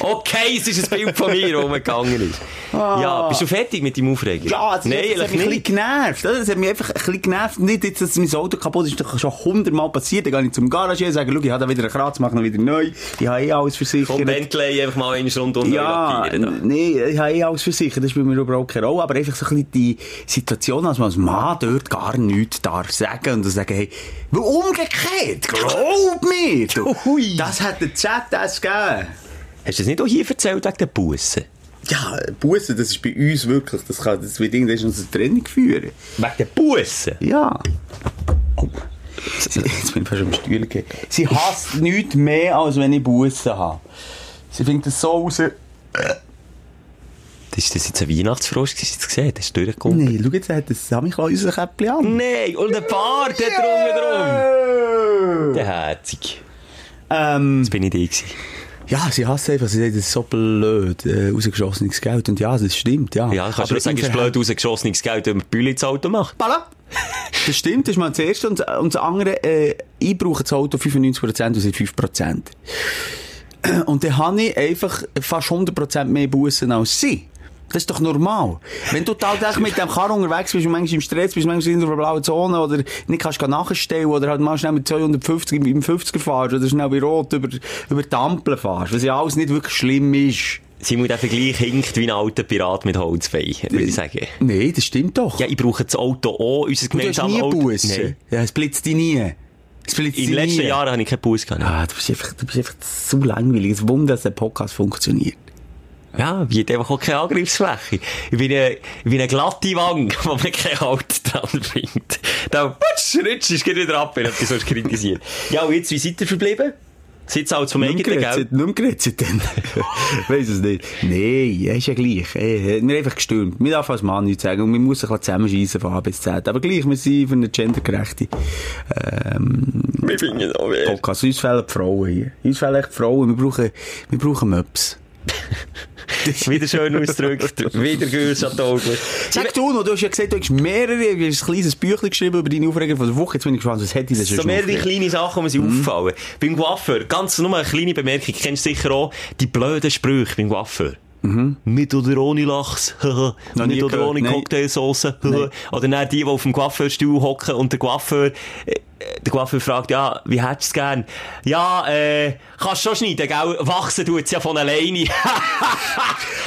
Okay, es ist ein Bild von mir, das umgegangen ist. Ja, bist du fertig mit deinem Aufreger? Ah. ja, das, Nein, das, eigentlich hat mich ein bisschen nicht. genervt. Das hat mich einfach ein bisschen genervt. Nicht jetzt, dass mein Auto kaputt ist. Das ist schon hundertmal passiert. Dann gehe ich zum Garage und sage, schau, ich habe da wieder einen Kratz, mache noch wieder neu. Ich habe eh alles versichert. Vom Bentley einfach mal eine Stunde unten Ja, lackieren. nee, ich habe eh alles versichert, das spielt mir überhaupt keine Rolle, aber einfach so ein bisschen die Situation, dass man als Mann dort gar nichts darf sagen und dann sagen, hey, weil umgekehrt, glaub mir, du, Hui. das hat der ZS gegeben. Hast du das nicht auch hier erzählt wegen der Bussen? Ja, Bussen, das ist bei uns wirklich, das, kann, das wird irgendwann zu einer Trennung führen. Wegen der Bussen? Ja. Oh. Jetzt bin ich fast am Stuhl gegangen. Sie hasst nichts mehr, als wenn ich Bussen habe. Sie findet das so raus. Ist das jetzt ein Weihnachtsfrost? gewesen? Hast du das gesehen? Das ist durchgekommen. Nein, schau jetzt, er hat das Samichlausen-Käppchen an. Nein, und ein Bart hat drunter drum. Der Herzig. Ähm, Das bin ich die gewesen. ja, sie hassen einfach, sie sagen, das ist so blöd, äh, rausgeschossenes Geld. Und ja, das stimmt, ja. Ja, kannst du sagen, es ist blöd rausgeschossenes Geld, wenn man Bülle ins Auto macht. Voilà. Das stimmt, das ist mal das Erste. Und, und das andere, äh, ich brauche das Auto 95% und sie 5%. Äh, Und dann habe ich einfach fast 100% mehr Bussen als sie. Das ist doch normal. Wenn du tagtäglich mit dem Karren unterwegs bist und manchmal im Stress bist, manchmal in einer blauen Zone oder nicht kannst gehen nachstellen oder halt mal schnell mit 250 im 50er fahrst oder schnell bei Rot über, über die Ampel fahrst, was ja alles nicht wirklich schlimm ist. Simon, der Vergleich hinkt wie ein alter Pirat mit Holzbein, würde ich sagen. Nein, das stimmt doch. Ja, ich brauche das Auto auch, unser Und du hast nie gemeinsames Auto. Bussen. Nein. Ja, es blitzt dich nie. Es blitzt In dich den letzten nie. Jahren habe ich keinen Bus gehabt. Ah, du bist einfach, du bist einfach so langweilig. Es Wunder, dass der Podcast funktioniert. Ja, wie hat einfach auch keine Angriffsfläche. Ich bin eine, ich bin eine glatte Wang, wo man kein Auto dran bringt. Dann putsch, rutsch, ist gerade wieder ab, wenn etwas sonst kritisiert. Ja, und jetzt, wie seid ihr verblieben? Seid ihr auch zum Nicht mehr eigenen geredet, Geld? nicht mehr geredet seitdem. Weiss es nicht. Nein, er ist ja gleich. Äh, Er hat mir einfach gestürmt. Wir dürfen als Mann nichts sagen und wir müssen ein bisschen zusammenschiessen von A bis Z. Aber gleich, wir sind für eine gendergerechte ähm, Wir finden es auch weh. Podcast. Uns fehlen die Frauen hier. Uns fehlen echt die Frauen. Wir brauchen, wir brauchen Möps. Wieder schön ausgedrückt. Wieder Gürs an die Augen. Sag du noch, du hast ja gesagt, du hast mehrere, du hast ein kleines Büchlein geschrieben über deine Aufreger von der Woche. Jetzt bin ich gespannt, was hätte ich denn so schon Mhm. mehrere kleine Sachen, die mir sind auffallen. Beim Coiffeur, ganz nur eine kleine Bemerkung, kennst du sicher auch die blöden Sprüche beim Coiffeur. Mit oder ohne Lachs, Mhm. Noch nie mit oder gehört, ohne nein. Cocktailsauce, oder dann die, die auf dem Coiffeurstuhl hocken und der Coiffeur, äh, der Coiffeur fragt, ja, wie hättest du es gern? Ja, äh, kannst schon schneiden, gell? Wachsen tut's ja von alleine.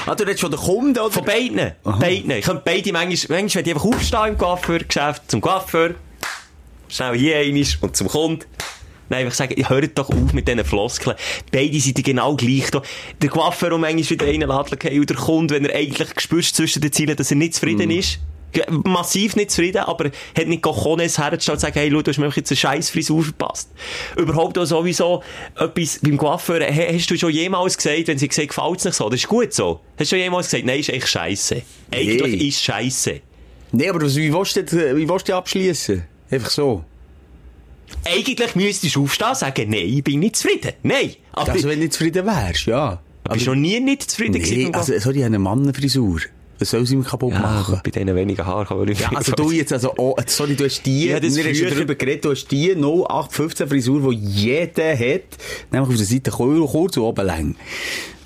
Ah, du redest von den Kunden, oder? Von beiden. Beiden. Ich könnte beide manchmal, manchmal wenn ich einfach aufstehen im Coiffeur-Geschäft, zum Coiffeur, schnell hier einisch und zum Kunden. Nein, einfach sagen, ihr hört doch auf mit diesen Floskeln. Beide sind genau gleich da. Der Coiffeur, der manchmal wieder einen lädt, okay, und der Kunde, wenn er eigentlich spürst zwischen den Zielen, dass er nicht zufrieden ist. Ja, Massiv nicht zufrieden, aber hat nicht Cojones hergestellt und sagen, hey, schau, du hast mir jetzt eine scheiß Frisur verpasst. Überhaupt auch sowieso etwas beim Coiffeur. He- Hast du schon jemals gesagt, wenn sie gesagt, gefällt es nicht so? Das ist gut so. Hast du schon jemals gesagt, nein, ist echt scheiße. Eigentlich Nee. ist scheiße. Nee, aber was- wie willst du das- wie willst du das abschliessen? Einfach so. Eigentlich müsstest du aufstehen und sagen, nein, ich bin nicht zufrieden. Nein. Aber Also, wenn du nicht zufrieden wärst, ja. Aber bist du noch nie nicht zufrieden Nee, gewesen? also, sorry, ich habe eine Mannenfrisur. Was soll sie ihm kaputt machen? bei diesen wenigen Haaren kann man nicht Ja, also du jetzt, also, oh, sorry, du hast die, Ich wir hab das haben schon früher- darüber geredet, du hast die 0815 Frisur, die jeder hat, nämlich auf der Seite kur- kurz und oben lang.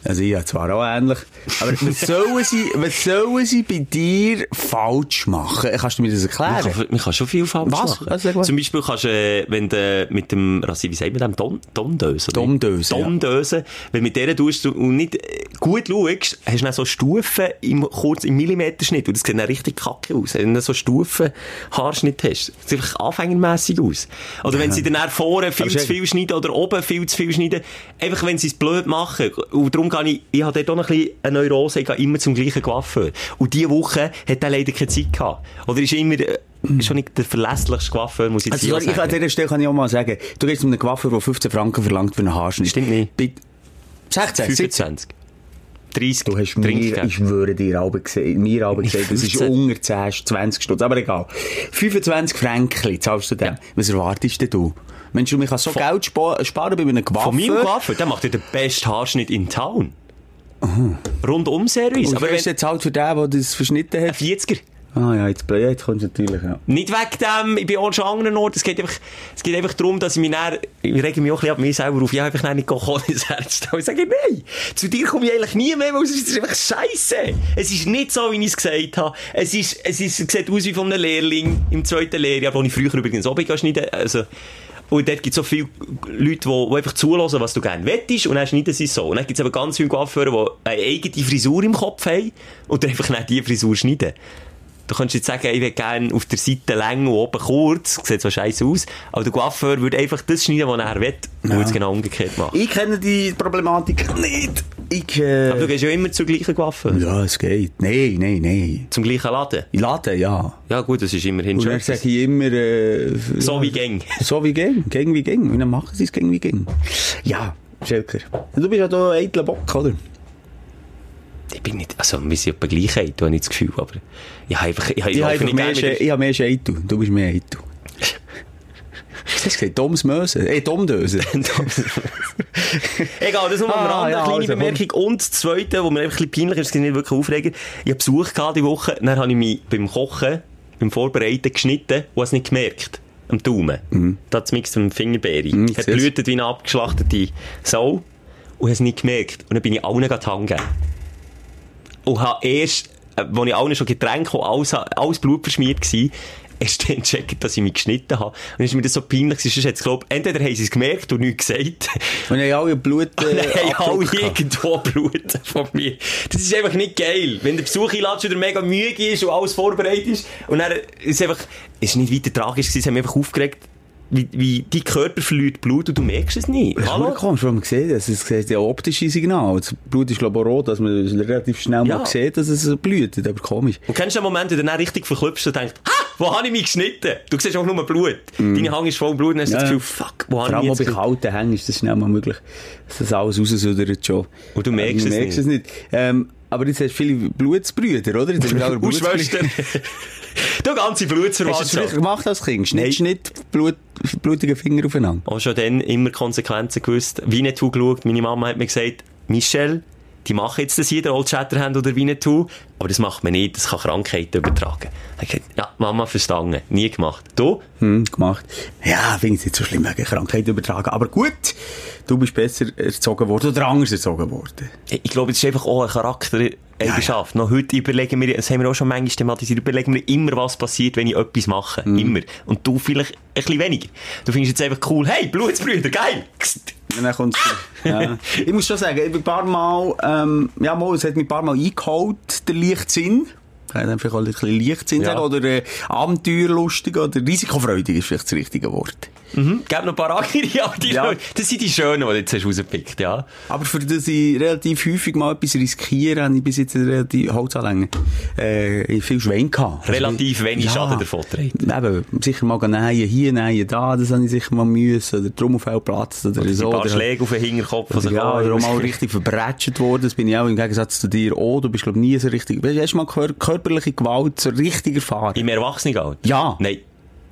Also ich habe zwar auch ähnlich, aber was sollen sie, was sollen sie bei dir falsch machen? Kannst du mir das Man erklären? kann, man kann schon viel falsch Was? machen. Also, sag mal. Zum Beispiel kannst du, äh, wenn du mit dem, Rassi, wie sagt man dem, Dom, Domdöse? oder? Domdöse, ja. Domdöse. Wenn du mit der tust du- und nicht äh, gut schaust, hast du dann so Stufen im, kurz im Millimeterschnitt und das sieht dann richtig kacke aus. Wenn du dann so Stufen Haarschnitt hast, das sieht einfach anfängermässig aus. Oder wenn sie dann nach vorne viel Aber zu sag- viel schneiden oder oben viel zu viel schneiden, einfach wenn sie es blöd machen. Und darum gehe ich, ich habe dort auch noch ein bisschen eine Neurose, ich gehe immer zum gleichen Coiffeur. Und diese Woche hat er leider keine Zeit gehabt. Oder ist immer, äh, ist schon nicht der verlässlichste Coiffeur, muss ich Hm. Also jetzt sorry, also, ich, an sagen. dieser Stelle kann ich auch mal sagen, du gehst zu einem Coiffeur, der 15 Franken verlangt für einen Haarschnitt. Stimmt nicht. Bitte. 16, 17. 25. 30. Du hast Trinkgeld. mir, ich schwöre dir, Albe gesehen, mir Albe Nicht gesehen, das ist 15. unter 10, 20 Stunden, aber egal. 25 Franken zahlst du dem. Was erwartest denn du? Mensch, man kann so Geld spa- sparen bei einem Coiffeur. Von meinem Coiffeur, der macht ja den besten Haarschnitt in Town. Rundum Service. Und Aber wer ist wenn, jetzt halt für den, der das verschnitten ein hat? 40er. Ah ja, jetzt, ja, jetzt kommst du natürlich, ja. Nicht wegen dem, ich bin auch schon an anderen Orten. Es geht einfach, es geht einfach darum, dass ich mich dann, ich rege mich auch ein bisschen ab mir selber auf, ich habe einfach dann nicht gekommen ins Herz. Ich sage, nein, zu dir komme ich eigentlich nie mehr, weil es ist einfach scheisse. Es ist nicht so, wie ich es gesagt habe. Es ist, es ist, es sieht aus wie von einem Lehrling im zweiten Lehrjahr, wo ich früher übrigens auch bin, schneiden. Also, und dort gibt es so viele Leute, die, die einfach zulassen, was du gerne wettest, und dann schneiden sie es so. Und dann gibt es aber ganz viele Coiffeure, die eine eigene Frisur im Kopf haben, und dann einfach nicht diese Frisur schneiden. Du könntest jetzt sagen, ich will gerne auf der Seite lang und oben kurz, sieht so scheiße aus, aber der Coiffeur würde einfach das schneiden, was er will, und würde es genau umgekehrt machen. Ich kenne die Problematik nicht. Ich, äh... Aber du gehst ja immer zum gleichen Coiffeur, ja, es geht. Nein, nein, nein. zum gleichen Laden. Laden, ja. Ja gut, das ist immerhin Und schon dann etwas. sage ich immer... Äh, So wie gang. So wie ging, ging wie ging. Und dann machen sie es ging wie ging. Ja, Schelker. Du bist ja da ein eitler Bock, oder? Ich bin nicht, also wir sind etwa Gleichheit, habe ich das Gefühl, aber ich habe einfach, ich habe Ich habe laufe einfach nicht mehr, gerne Sche mit der- ich habe mehr Scheitel. Du bist mehr Eitel. Was hast du gesagt? Toms Möse? Ey, Tomdöse. Egal, das nur am Ah, Rand, ja, eine kleine also, komm. Bemerkung. Und das Zweite, wo mir einfach ein bisschen peinlich ist, das ist nicht wirklich aufregend, ich habe Besuch gehabt die Woche, dann habe ich mich beim Kochen, beim Vorbereiten geschnitten und habe es nicht gemerkt. Am Daumen. Mhm. Da zumindest am Fingerbeere. ich hat seh's. blutet wie eine abgeschlachtete Sau und habe es nicht gemerkt. Und dann bin ich allen gerade hängen. gegangen. Und habe erst, äh, als ich allen schon Getränke und alles, alles Blut verschmiert war, erst dann gecheckt, dass ich mich geschnitten habe. Und dann ist mir das so peinlich, gewesen, sonst hätte ich glaub, entweder haben sie es gemerkt und nichts gesagt, Und ich alle Blut. Ah, Nein, Äh, alle Abdruck gehabt. irgendwo Blut von mir. Das ist einfach nicht geil. Wenn der Besuch einlatscht und er mega müde ist und alles vorbereitet ist und dann ist einfach, ist nicht weiter tragisch gewesen, es hat mich einfach aufgeregt, wie, wie dein Körper verliert Blut und du merkst es nicht. Das ist Hallo? verdammt komisch, wenn man sieht, das ist das ist ja optische Signal. Das Blut ist glaube ich auch rot, dass man relativ schnell Ja. mal sieht, dass es blutet, aber komisch. Und kennst du den Moment, wo du dann richtig verklüpfst und denkst, ha, wo habe ich mich geschnitten? Du siehst auch nur Blut. Deine Hand ist voll Blut und dann hast du Mm. Ja, das ja. Gefühl, fuck, wo Vor habe ich allem mich auch bei jetzt geschnitten? kalten Hängen ist das schnell mal möglich, dass das alles raussuddert schon. Und du merkst Aber es merkst nicht. Ähm, aber jetzt hast du viele Blutsbrüder, oder? Jetzt haben wir alle Und Blutsbrüder. Schwestern. du ganze Hast du das früher Blutsverwandtschaft. gemacht als Kind? Schnitt, Nein. Schnitt, Blut, blutige Finger aufeinander. auch schon dann immer Konsequenzen gewusst. Wie nicht geschaut. Meine Mama hat mir gesagt, Michel, die machen jetzt das hier, der Old Shatterhand oder Winnetou, aber das macht man nicht, das kann Krankheiten übertragen. Dann hab Ich gesagt, ja, Mama verstanden, nie gemacht. Du? Hm, gemacht. Ja, finde ich es nicht so schlimm wegen Krankheit übertragen. Aber gut, du bist besser erzogen worden oder anders erzogen worden. Ich glaube, das ist einfach auch eine Charaktereigenschaft. Noch heute überlegen wir, das haben wir auch schon manchmal thematisiert, überlegen wir immer, was passiert, wenn ich etwas mache. Immer. Und du vielleicht ein bisschen weniger. Du findest jetzt einfach cool, hey, Blutsbrüder, geil! Kst. Und dann kommt's, ja. Ich muss schon sagen, ich bin ein paar Mal, ähm, ja, mal, es hat mich ein paar Mal eingeholt, der Leichtsinn. Kann ich dann vielleicht auch ein bisschen Leichtsinn Ja. sagen, oder äh, abenteuerlustig oder risikofreudig ist vielleicht das richtige Wort. Mhm. Gib noch ein paar andere, aber die Ja. das sind die Schönen, die du jetzt hast rausgepickt ja. Aber für das ich relativ häufig mal etwas riskiere, habe ich bis jetzt relativ Holzanlänge, äh, viel Schwein gehabt. Also Relativ ich- wenig Schaden davon trägt. Eben, sicher mal gehen nähen, hier nähen, da, das habe ich sicher mal müssen, oder drum auf einen Platz, oder, Ein so. paar oder- halt Schläge auf den Hinterkopf. die sich Also ja, auch- oder auch mal richtig verbrätscht worden. Das bin ich auch im Gegensatz zu dir. Oh, du bist, glaub nie so richtig. Weißt du, hast du mal gehör- körperliche Gewalt so richtig erfahren? Im Erwachsenenalter? Ja. Nein.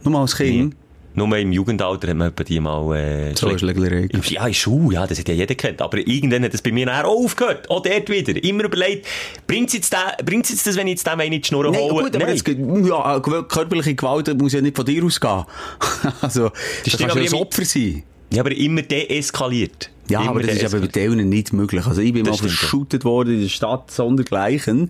Nur mal als Kind. Nur im Jugendalter hat man etwa die mal... Äh, So Schläge- ist Schlägerei. Im- Ja, in Schuhe, ja, das hat ja jeder kennt. Aber irgendwann hat es bei mir nachher auch aufgehört. Auch dort wieder. Oh, Immer überlegt, bringt es jetzt, den- bringt's jetzt das, wenn ich jetzt dem einen in die Schnur Nein, hole? gut, aber jetzt, ja, äh, körperliche Gewalt muss ja nicht von dir ausgehen. also, das stimmt, kannst aber ja ein ich- Opfer sein. ja, aber immer deeskaliert. Ja, immer aber das ist deeskaliert. aber bei denen nicht möglich. Also ich bin Das mal stimmt, ja. verschüttet worden in der Stadt sondergleichen.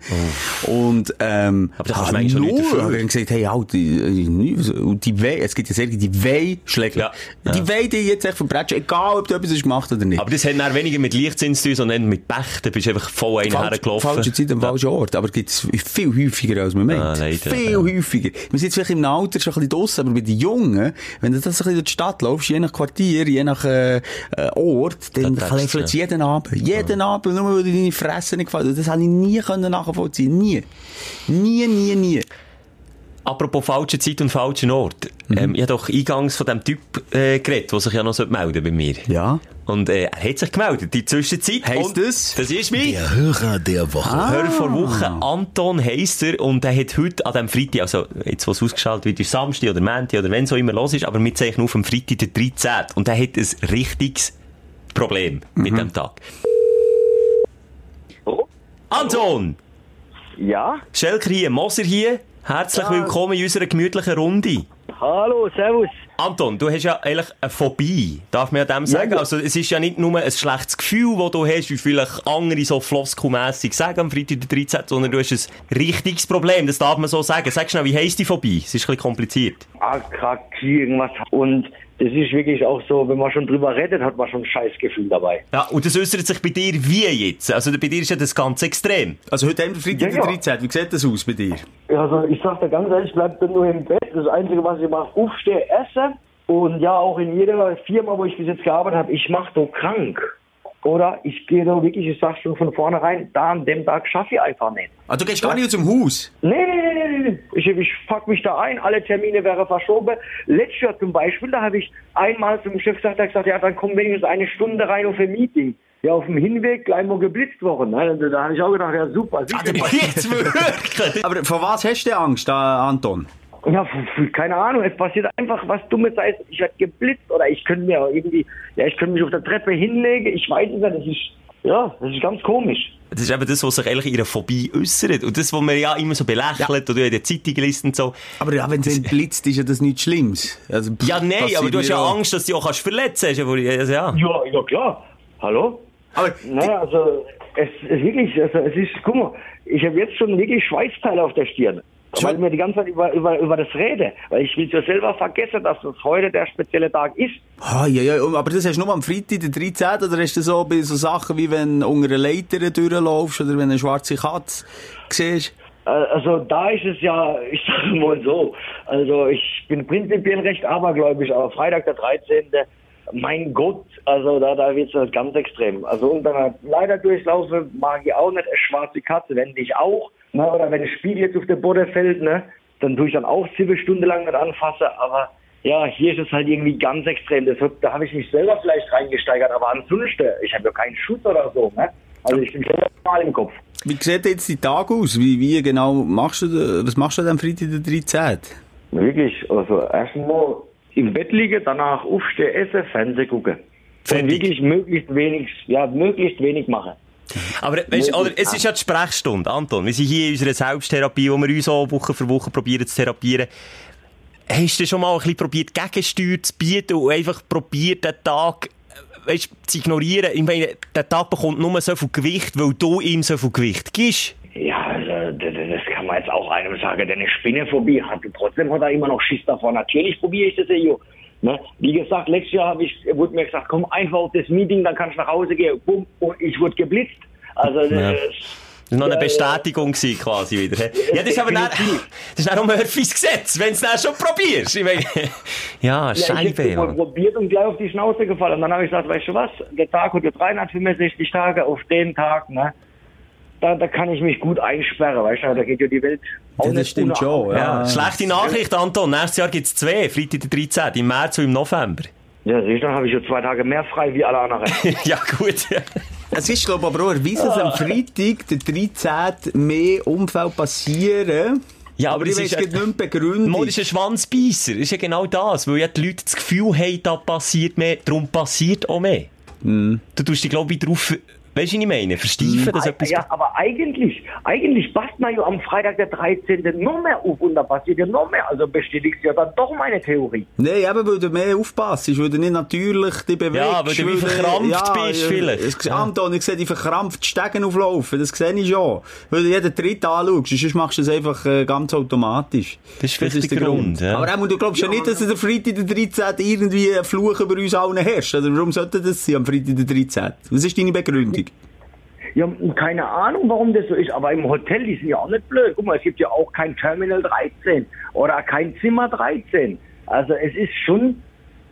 Und ähm, Oh. Aber da kannst hab du manchmal nur- nicht dafür. hab dann gesagt, hey, halt, ich- ich- nicht- und die Wei, es gibt ja sehr die Wei schlägt. Ja. Die Ja. Wei, die jetzt echt verbrechen, egal ob du etwas hast gemacht oder nicht. aber das hat dann weniger mit Leichtsinn zu tun, sondern mit Pech. Da bist du einfach voll einen Falsch- hergelaufen. Falsche Zeit am falschen Ort. Aber gibt es viel häufiger, als man meint. eh, Ah, leider, viel ja. häufiger. Wir sind jetzt vielleicht im Alter schon ein bisschen draussen, aber bei den Jungen, wenn du das ein bisschen durch die Stadt läufst, je nach Quartier, je nach äh, äh, Ort, dann Da denkst kläffelt es jeden Abend. Jeden Ah. Abend, nur weil dir deine Fresse nicht gefällt. Das habe ich nie können nachvollziehen Nie. Nie, nie, nie. Apropos falsche Zeit und falschen Ort. Mhm. Ähm, ich habe doch eingangs von dem Typ äh, geredet, der sich ja noch sollte melden bei mir. Ja. Und äh, er hat sich gemeldet, die Zwischenzeit. Heisst und das? Ah. Das ist mein... Der Hörer der Woche. Hör vor Woche, Anton heisst er, und er hat heute an dem Freitag, also jetzt, was ausgeschaltet wird, ist Samstag oder Montag oder wenn es auch immer los ist, aber wir zeichnen auf am Freitag, der 13. Und er hat ein richtiges Problem mit Mhm. dem Tag. Oh, Anton! ja. Schelker hier, Moser hier, herzlich willkommen in unserer gemütlichen Runde. Hallo, servus. Anton, du hast ja eigentlich eine Phobie, darf man ja dem sagen. ja. Also es ist ja nicht nur ein schlechtes Gefühl, das du hast, wie vielleicht andere so floskelmässig sagen am Freitag der 13., sondern du hast ein richtiges Problem, das darf man so sagen. Sag schnell, wie heisst die Phobie? Es ist ein bisschen kompliziert. AKK, irgendwas. Und das ist wirklich auch so, wenn man schon drüber redet, hat man schon ein Scheißgefühl dabei. Ja, und das äußert sich bei dir wie jetzt? Also bei dir ist ja das ganz extrem. Also heute haben wir Freitag, Ja, ja. den 13. Wie sieht das aus bei dir? Ja, Also ich sag dir ganz ehrlich, ich bleib dann nur im Bett. Das Einzige, was ich mache, aufstehe, esse. Und ja, auch in jeder Firma, wo ich bis jetzt gearbeitet habe, ich mache so krank. Oder ich gehe so wirklich, ich sag schon von vornherein, da an dem Tag schaffe ich einfach nicht. Ah, du gehst gar nicht zum Haus. Nee, nee, nee, nee, nee, nee. Ich, ich fuck mich da ein, alle Termine wären verschoben. Letztes Jahr zum Beispiel, da habe ich einmal zum Chef gesagt, er hat gesagt, ja, dann komm wenigstens eine Stunde rein auf ein Meeting. Ja, auf dem Hinweg gleich mal geblitzt worden. Ne? Da, da habe ich auch gedacht, ja, super. sicher. Jetzt wirklich? Aber vor was hast du denn Angst, äh, Anton? Ja, f- f- keine Ahnung, es passiert einfach was Dummes, sei es, ich werde geblitzt oder ich könnte mir irgendwie, ja, ich könnte mich auf der Treppe hinlegen, ich weiß es nicht, das ist, ja, das ist ganz komisch. Das ist eben das, was sich eigentlich in ihrer Phobie äußert. Und das, was man ja immer so belächelt oder in der Zeitung liest und so. Aber ja, wenn es blitzt, ist ja das nichts Schlimmes. Also, pff, Ja, nein, passiert aber du hast mir ja auch. Angst, dass du dich auch kannst verletzen kannst. Also, ja. Ja, ja, klar. Hallo? Aber Naja, also, es ist wirklich, also, es ist, guck mal, ich habe jetzt schon wirklich Schweißteile auf der Stirn. Schon? Weil ich mir die ganze Zeit über, über, über das rede. Weil ich will ja selber vergessen, dass es heute der spezielle Tag ist. Ah, ja, ja, aber das hast du nur am Freitag, den 13. Oder hast du so bei so Sachen wie wenn du unter einer Leiter durchläufst oder wenn du eine schwarze Katze siehst? Äh, Also da ist es ja, ich sage mal so, also ich bin prinzipiell recht abergläubisch, aber Freitag der 13., mein Gott, also da, da wird es halt ganz extrem. Also und dann halt leider durchlaufen mag ich auch nicht, eine schwarze Katze, wenn ich auch, ne, oder wenn ein Spiel jetzt auf der Boden fällt, ne, dann tue ich dann auch sieben Stunden lang nicht anfassen, aber ja, hier ist es halt irgendwie ganz extrem. Das, wird- da habe ich mich selber vielleicht reingesteigert, aber ansonsten, ich habe ja keinen Schutz oder so, ne. Also ich bin selber mal im Kopf. Wie sieht jetzt die Tag aus? Wie, wie genau machst du, da- was machst du denn am Freitag, den 13.? Wirklich, also erstmal im Bett liegen, danach aufstehen, essen, Fernsehen gucken. Und wirklich möglichst wenig, ja, möglichst wenig machen. Aber weißt, oder, es ist ja die Sprechstunde, dus Anton. Wir sind hier dus in unserer Selbsttherapie, wo wir uns auch Woche für Woche probieren zu therapieren. Hast du schon mal ein bisschen probiert, Gegensteuer zu bieten und einfach probiert, den Tag weißt, zu ignorieren? Ich meine, der Tag bekommt nur so viel Gewicht, weil du ihm so viel Gewicht gibst. Ja, also, d- d- das kann man jetzt auch einem sagen, der eine Spinnenphobie hat. Und trotzdem hat er immer noch Schiss davor. Natürlich probiere ich das, ey, jo. Ne? Wie gesagt, letztes Jahr hab ich, wurde mir gesagt, komm einfach auf das Meeting, dann kann ich nach Hause gehen. Bumm, und ich wurde geblitzt. Also, das, Ja. Das war noch eine Ja, ja. Bestätigung gewesen, quasi wieder. Ja, dus das ist aber dann, das ist dann auch Murphys Gesetz, wenn du es dann schon probierst. Ich meine, ja, Ja, ich Scheibe, habe mal Mann. probiert und gleich auf die Schnauze gefallen. Und dann habe ich gesagt, weißt du was, der Tag hat ja 365 Tage auf den Tag, ne? Da, da kann ich mich gut einsperren, weißt du, da geht ja die Welt auch das nicht stimmt unter. schon, ja. Ja, schlechte Nachricht, Anton. Nächstes Jahr gibt es zwei, Freitag der 13. Im März und im November. Ja, siehst du, dann habe ich ja zwei Tage mehr frei wie alle anderen. ja, gut. Es ist, glaube ich, aber auch erwiesen, dass Ah. am Freitag, der 13. mehr Unfälle passieren. Ja, aber aber ich es weiss ist gerade ja- nicht mehr begründet. Mord ist ein Schwanzbeisser. Ist ja genau das. Weil ja die Leute das Gefühl haben, da passiert mehr, darum passiert auch mehr. Du tust dich, glaube ich, drauf, weißt du, was ich meine? Versteifen, dass etwas. ja, aber eigentlich, eigentlich passt man ja am Freitag der 13. noch mehr auf und da passiert ja noch mehr. Also bestätigst du ja dann doch meine Theorie. Nein, eben, weil du mehr aufpasst, weil du nicht natürlich dich bewegst. Ja, weil du wie verkrampft bist vielleicht. es- Ja. Anton, ich sehe die verkrampft Stegen auflaufen, das sehe ich schon. Weil du jeden Tritt anschaust, sonst machst du das einfach äh, ganz automatisch. Das ist vielleicht der Grund, ja. Aber Emu, du glaubst ja, nicht, dass der Freitag der 13. irgendwie ein Fluch über uns allen herrscht. Also warum sollte das sein am Freitag der 13.? Was ist deine Begründung? Ja, m- keine Ahnung, warum das so ist, aber im Hotel, die sind ja auch nicht blöd. Guck mal, es gibt ja auch kein Terminal 13 oder kein Zimmer 13. Also es ist schon,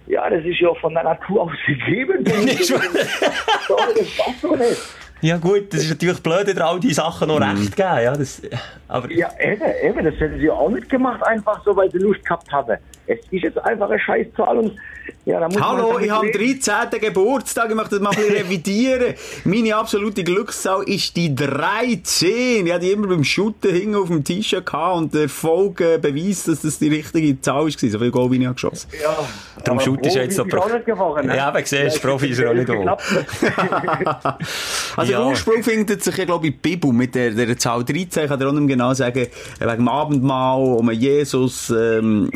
ja, das ist ja von der Natur aus gegeben. Sorry, das passt doch nicht. Ja, gut, das ist natürlich blöd, dir all diese Sachen noch recht geben. Ja, das, aber Ja, eben, eben, das hätten sie ja auch nicht gemacht, einfach so, weil sie Lust gehabt haben. Es ist jetzt einfach eine Scheißzahl und ja, da muss man Hallo, damit ich habe am leben. 13. Geburtstag, ich möchte das mal ein bisschen revidieren. Meine absolute Glückszahl ist die 13. Ich hatte die immer beim Shooten hingen auf dem T-Shirt gehabt und der Erfolg äh, beweist, dass das die richtige Zahl war. So viel Goal bin ich auch geschossen. Ja, Darum aber shoot ist Profi jetzt so ist Pro- auch nicht gefahren, ne? Ja, aber siehst, Profi ist ja auch nicht da. Also Ja. der Ursprung findet sich, ja, glaube ich, in der Bibel mit der, der Zahl 13. Ich kann dir auch nicht mehr genau sagen, wegen dem Abendmahl, um Jesus. Ähm,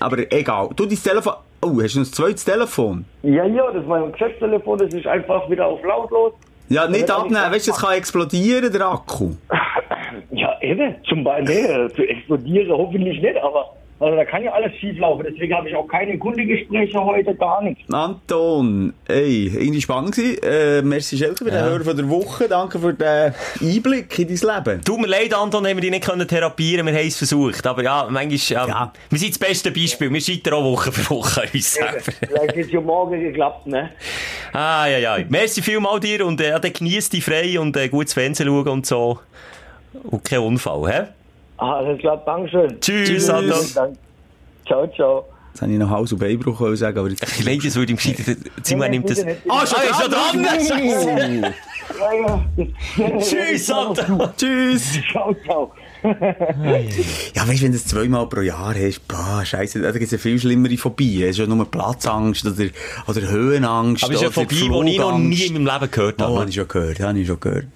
aber egal. Du, dein Telefon... Oh, hast du noch ein zweites Telefon? Ja, ja, das ist mein Geschäftstelefon, das ist einfach wieder auf lautlos. Ja, nicht wenn er nicht abnehmen. Weißt du, das kann explodieren, der Akku. Ja, eben. Zum Beispiel, nee, zu explodieren hoffentlich nicht, aber also, da kann ja alles schief laufen. Deswegen habe ich auch keine Kundengespräche heute, gar nichts. Anton, ey, irgendwie spannend gewesen. Äh, merci Schelke für den Hörer von der Woche. Danke für den Einblick eh, in dein Leben. Tut mir leid, Anton, haben wir dich nicht können therapieren wir haben es versucht. Aber ja, manchmal, ähm, Ja. wir sind das beste Beispiel, wir scheitern auch Woche für Woche an uns selber. Vielleicht ist ja morgen geklappt, ne? Ah, ja, ja. Merci vielmal dir und äh, ja, dann genieß dich frei und äh, gutes Fernsehen schauen und so. Und kein Unfall, hä? Ah, Alles klar, Dankeschön. Tschüss, Anton. Dank. Ciao, ciao. Jetzt habe ich noch Haus- und Beinbruch wollen sagen, aber jetzt... Ich leid, das würde im gescheiten Zimmer Äh, nimmt das. Ah, schon dran! Scheisse. ja, ja. Tschüss, Anton! Tschüss! Ciao, ciao. Ja, weißt du, wenn du das zweimal pro Jahr hast, boah, scheiße, da gibt es ja viel schlimmere Phobien. Es ist ja nur Platzangst oder, oder Höhenangst Aber es ist eine oder Phobie, die ich noch nie in meinem Leben gehört Oh, habe. habe ich schon gehört, habe ich schon gehört.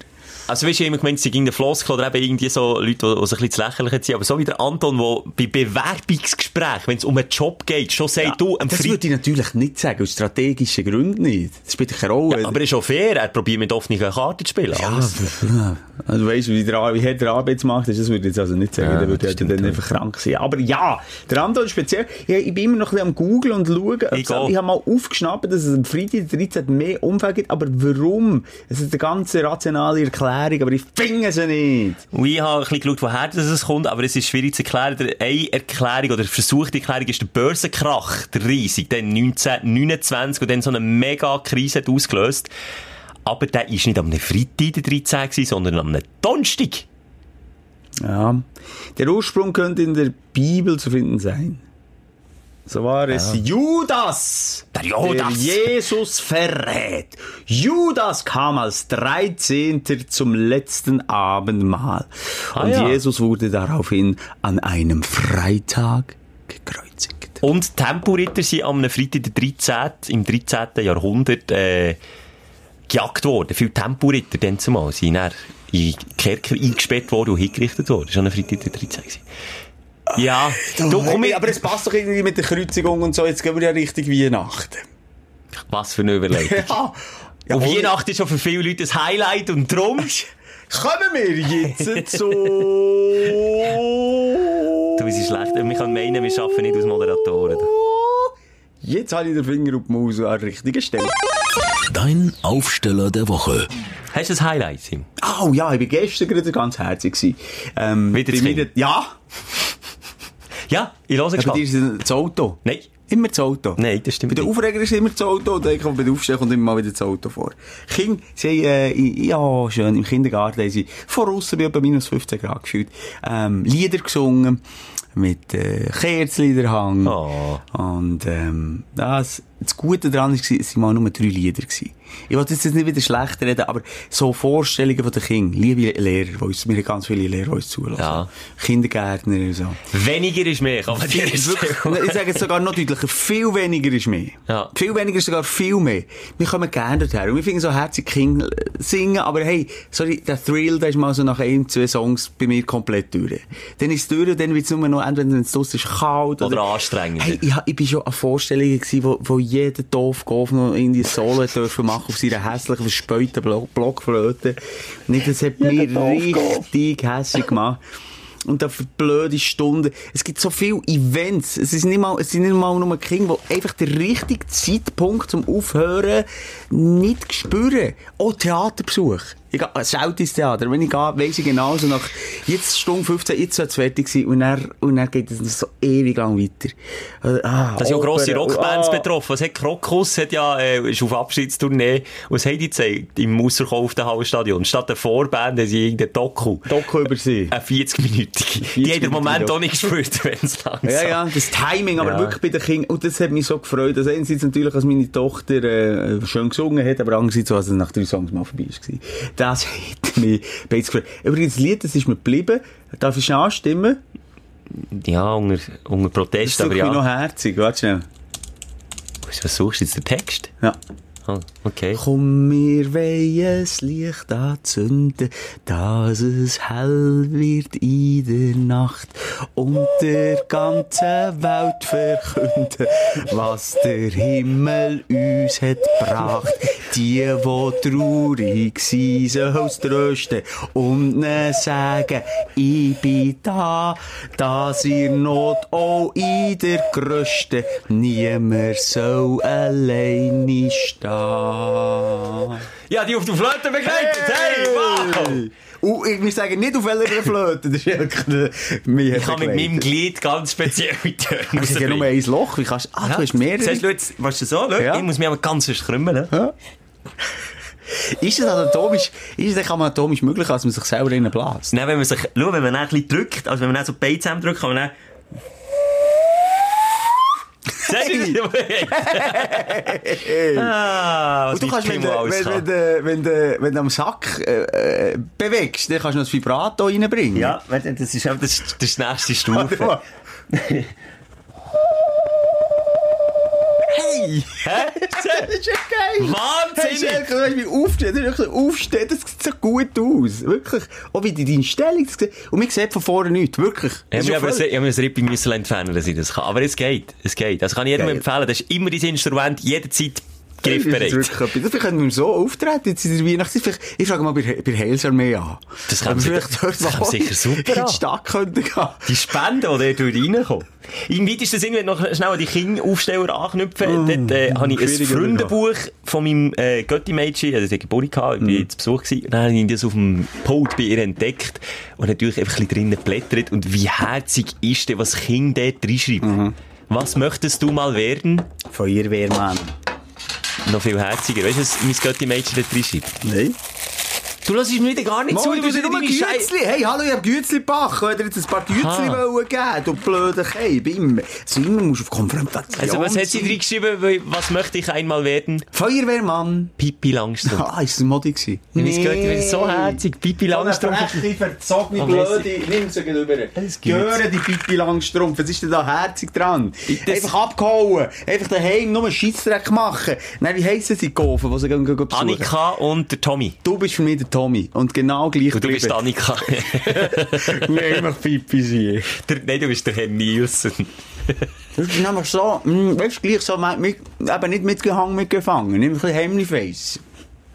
Also, weißt du, ich habe immer gemeint, sie ging der Floskel oder eben irgendwie so Leute, die, die so ein bisschen zu lächerlich sind. Aber so wie der Anton, der bei Bewerbungsgesprächen, wenn es um einen Job geht, schon sagt, du, am Das Freitag. würde ich natürlich nicht sagen, aus strategischen Gründen nicht. Das spielt keine Rolle. Aber er ist auch fair, er probiert mit offenen Karten zu spielen. Ja, Alles. f- ja. also weißt du, wie, der, Ar- wie hart der Arbeitsmarkt ist, das würde ich jetzt also nicht sagen, Ja, der würde das ja dann stimmt. einfach krank sein. Aber ja, der Anton ist speziell, ja, ich bin immer noch ein bisschen am googeln und schauen, ob's- Ich auch. ich habe mal aufgeschnappt, dass es am Freitag der 13. mehr Unfälle gibt, aber warum? Es ist eine ganz rationale Erklärung, aber ich finde sie nicht. Und ich habe ein bisschen geschaut, woher das es kommt, aber es ist schwierig zu erklären. Der eine Erklärung oder versuchte Erklärung ist der Börsenkrach, der riesig, dann 1929 und dann so eine mega Krise hat ausgelöst. Aber der ist nicht am Freitag, der 13. gewesen, sondern am Donnerstag. Ja, der Ursprung könnte in der Bibel zu finden sein. So war es Judas, Der Judas. der Jesus verrät. Judas kam als 13. zum letzten Abendmahl. Ah, Und ja. Jesus wurde daraufhin an einem Freitag gekreuzigt. Und die Temporitter sind am Freitag, der 13. im 13. Jahrhundert, äh, gejagt worden. Viele Temporitter dann zumal sind dann in Kerker eingesperrt worden und hingerichtet worden. Das war an einem Freitag der 13. gewesen. Ja, du, komm, ich, aber es passt doch irgendwie mit der Kreuzigung und so. Jetzt gehen wir ja richtig Weihnachten. was für eine Überlegung. Ja. Und jawohl. Weihnachten ist schon für viele Leute ein Highlight und drum Kommen wir jetzt zu... Du, es ist schlecht. Wir können meinen, wir arbeiten nicht als Moderatoren. Jetzt habe ich den Finger auf die Maus an der richtigen Stelle. Dein Aufsteller der Woche. Hast du ein Highlight, Sim? Oh ja, ich war gestern gerade ganz herzig. gewesen. Ähm, Wieder bei das meiner- Kind? Ja, Ja, ich höre aber dir gespannt. ist das Auto. Nein. Immer das Auto. Nein, das stimmt Bei den nicht. Aufregern ist immer das Auto und dann kommt bei den Aufstehen kommt immer mal wieder das Auto vor. Kind, sie haben, äh, i- ja, schön, im Kindergarten haben sie von aussen bei etwa minus 15 Grad gefühlt, ähm, Lieder gesungen, mit, äh, Kerzliederhang. Oh. Und, ähm, das, das Gute daran war, es waren mal nur drei Lieder. Gewesen. Ich wollte jetzt nicht wieder schlecht reden, aber so Vorstellungen von den Kindern, liebe Lehrer, die uns, wir haben ganz viele Lehrer, die uns zulassen. Ja. Kindergärtner und so. Weniger ist mehr, kann man dir Ist sagen. wirklich- Ich sage es sogar noch deutlicher. Viel weniger ist mehr. Ja. Viel weniger ist sogar viel mehr. Wir kommen gerne dorthin. Und wir finden so herzig King singen, aber hey, sorry, der Thrill, der ist mal so nach ein, zwei Songs bei mir komplett durch. Dann ist es durch und dann wird es nur noch, entweder wenn es draussen ist kalt Oder anstrengender. Hey, ich, ha- ich bin schon an Vorstellungen gewesen, wo, wo jeder doof Golf noch in die Sohle dürfen machen auf seiner hässlichen, verspäuten Blo Blockflöte. Nicht, das hat mir richtig hässlich gemacht. Und da für blöde Stunden. Es gibt so viele Events. Es, ist nicht mal, es sind nicht mal nur Kinder, die einfach den richtigen Zeitpunkt zum Aufhören nicht spüren. Auch Theaterbesuch. Ich gehe äh, selten ins Theater. Wenn ich gehe, weiss ich genau, so nach jetzt Stunde 15, jetzt sollte es fertig sein. Und dann, und dann geht es so ewig lang weiter. Äh, Ah, Da sind ja grosse Oper, Rockbands ah. betroffen. Es hat Krokus, hat ja, äh, ist auf Abschiedstournee. Und was haben die gezeigt? Im Ausverkauf der Hallenstadion. Statt der Vorband haben sie irgendeine Doku. Doku über sie. Eine 40-minütige. Die hat den 40-minütige Moment Doku. auch nicht gespürt, wenn es langsam Ja, ja, das Timing, aber Ja. wirklich bei den Kindern. Und das hat mich so gefreut. Also einerseits natürlich, als meine Tochter äh, schön gesungen hat, aber andererseits auch, als es nach drei Songs mal vorbei war. Das hat mich bereits gefreut. Übrigens, das Lied, das ist mir geblieben. Darf ich schon anstimmen? Ja, unter, unter Das Protest, aber tut mich noch ja. herzig. Warte schnell. Was suchst du jetzt? Den Text? Ja. Ah, okay. Komm, wir wollen das Licht anzünden, dass es hell wird in der Nacht und der ganzen Welt verkünden, was der Himmel uns hat gebracht. Die, die traurig sind, sollen's trösten und ihnen sagen, ich bin da, dass ihr Not auch in der Größte niemand soll alleine stehen. Ja, die auf der Flöte begleitet. Hey, wow! Und ich muss sagen, nicht auf welcher Flöte, das ist wirklich mir Ich kann mit meinem Glied ganz speziell tönen. Es ist ja nur ein Loch, wie kannst ah, du hast mehrere. Siehst du, jetzt, weißt du so, schau, Ja. ich muss mich aber ganz fest krümmeln. Ist es anatomisch, ist es anatomisch möglich, als man sich selber in bläst? Dann, wenn man sich, schau, wenn man dann ein bisschen drückt, also wenn man dann so die Beine zusammendrückt, kann man dann... Hey. ah, was Und du kannst, wenn, Timo du- alles wenn, wenn, kann. du- wenn, du- wenn du am Sack äh, äh, bewegst, dann kannst du noch das Vibrato reinbringen. Ja, Oh, weißt du, das ist eben das, das ist die nächste Warte Stufe. mal. Hey! Das ist ja geil! Hey, Wahnsinnig! Schelke, du weißt, wie aufsteht, das ist wirklich aufsteht, das sieht so gut aus. Wirklich. Auch wie die, deine Stellung, das sieht- und man sieht von vorne nichts, wirklich. Ja, Das ist wir ja haben völlig- ein Ripping müssen entfernen, dass ich das kann. Aber es geht, es geht. Das kann ich jedem Geil. empfehlen. Das ist immer dein Instrument, jederzeit Das ist griffbereit. wirklich etwas. Vielleicht könnten wir so auftreten, jetzt in der Weihnachtszeit. Vielleicht- Ich frage mal bei, bei Heilsarmee an. Das kann Ob wir sicher- vielleicht dort das kann mal sicher super in an. die Stadt könnten gehen. Die Spenden, die dort reinkommen. Inwieweit ist das irgendwie noch schnell an die Kindaufsteller Oh, anknüpfen? dort äh, habe ich ein schwierig, Freundebuch von meinem äh, Götti-Mädchen, also die Geburt gehabt, ich war Mhm. zu Besuch gewesen, und dann habe ich das auf dem Pult bei ihr entdeckt und natürlich einfach ein bisschen drinnen geblättert und wie herzig ist denn, was das Kind dort reinschreiben? Mhm. Was möchtest du mal werden? Feuerwehrmann. Noch viel herziger. Weißt du, was mein Götti-Mädchen dort reinschreibt? Nein. Du lässt mir wieder gar nicht zu, du Moin, du bist bist nur nur deine Schei- Gützli. Hey, hallo, ich hab Gützli gebacken. Hätte jetzt ein paar Gützli Ah. wollen geben, du blöder Keib. Immer. Also immer musst du auf Konfrontation Also, was hat sie sein. drin geschrieben? weil, Was möchte ich einmal werden? Feuerwehrmann. Pipi Langstrumpf. Ah, ist das ein Modi gewesen? Ich hab's gehört, ich bin so herzig. Pipi Langstrumpf. Die verzogene Oh, Blöde, nimm sie gleich rüber. ist gut. Göre die Pipi Langstrumpf, was ist denn da herzig dran? das- Einfach abgehauen, einfach daheim nur einen Scheissdreck machen. Nein, wie heissen sie die Gofen, die sie gehen, gehen besuchen? Annika und der Tommy. Du bist für mich der Tommy und genau gleich Du, du bist geblieben. Annika. Nein, ich mach Pipi sein. der, nein, du bist der Herr Nielsen. Das ist nämlich so, mh, weißt du, gleich so, mit, mit, eben nicht mitgehangen, mitgefangen, nimm ein bisschen Hemmliface.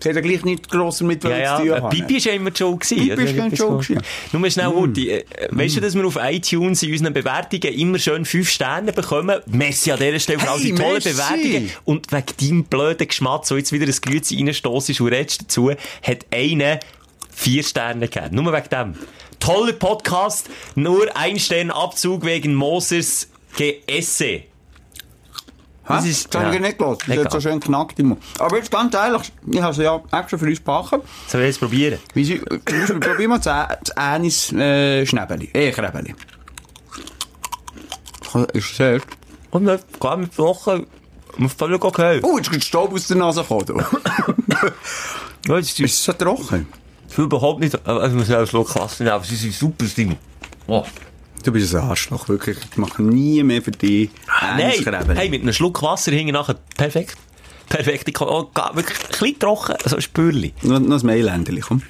Sie hat ja gleich nichts grosser mit Ja, ja, zu tun. äh, haben. Pipi war immer schon. gewesen. Pipi Also, ist kein etwas Joke gemacht. gewesen. Nur mal schnell, Urti, äh, weisst du, dass wir auf iTunes in unseren Bewertungen immer schön 5 Sterne bekommen? Merci an dieser Stelle für Hey, all die tollen merci. Bewertungen. Und wegen deinem blöden Geschmack, so jetzt wieder ein Grüezi reinstossest und redest dazu, hat einer 4 Sterne gegeben. Nur wegen dem. Toller Podcast, nur ein Stern Abzug wegen Moses Geesse. Hä? Das ist- das habe ja. ich nicht gehört. Das Egal. hat so schön knackt im Mund. Aber jetzt ganz ehrlich, ich habe sie ja extra für uns gebacken. Sollen wir es probieren? Wie sie, wir probieren mal das, Ä- das Änis äh, Schnäbeli. Eh, Kräbeli. Ist sehr... Und wir gehen mit Woche, wir völlig okay. Oh, jetzt ist Staub aus der Nase gekommen. du. Ja, das ist- ist es so trocken? Für überhaupt nicht. Also, wir sind auch Schluck Klasse nehmen, aber sie sind super, Simon. Oh. Du bist ein Arschloch, wirklich. Ich mache nie mehr für dich Nein! Änis Kräbeli. Hey, mit einem Schluck Wasser hingen nachher perfekt. Perfekte Ko oh, ga- wirklich ein bisschen trocken, so ein Spürli. Noch, noch ein Mailänderli, komm.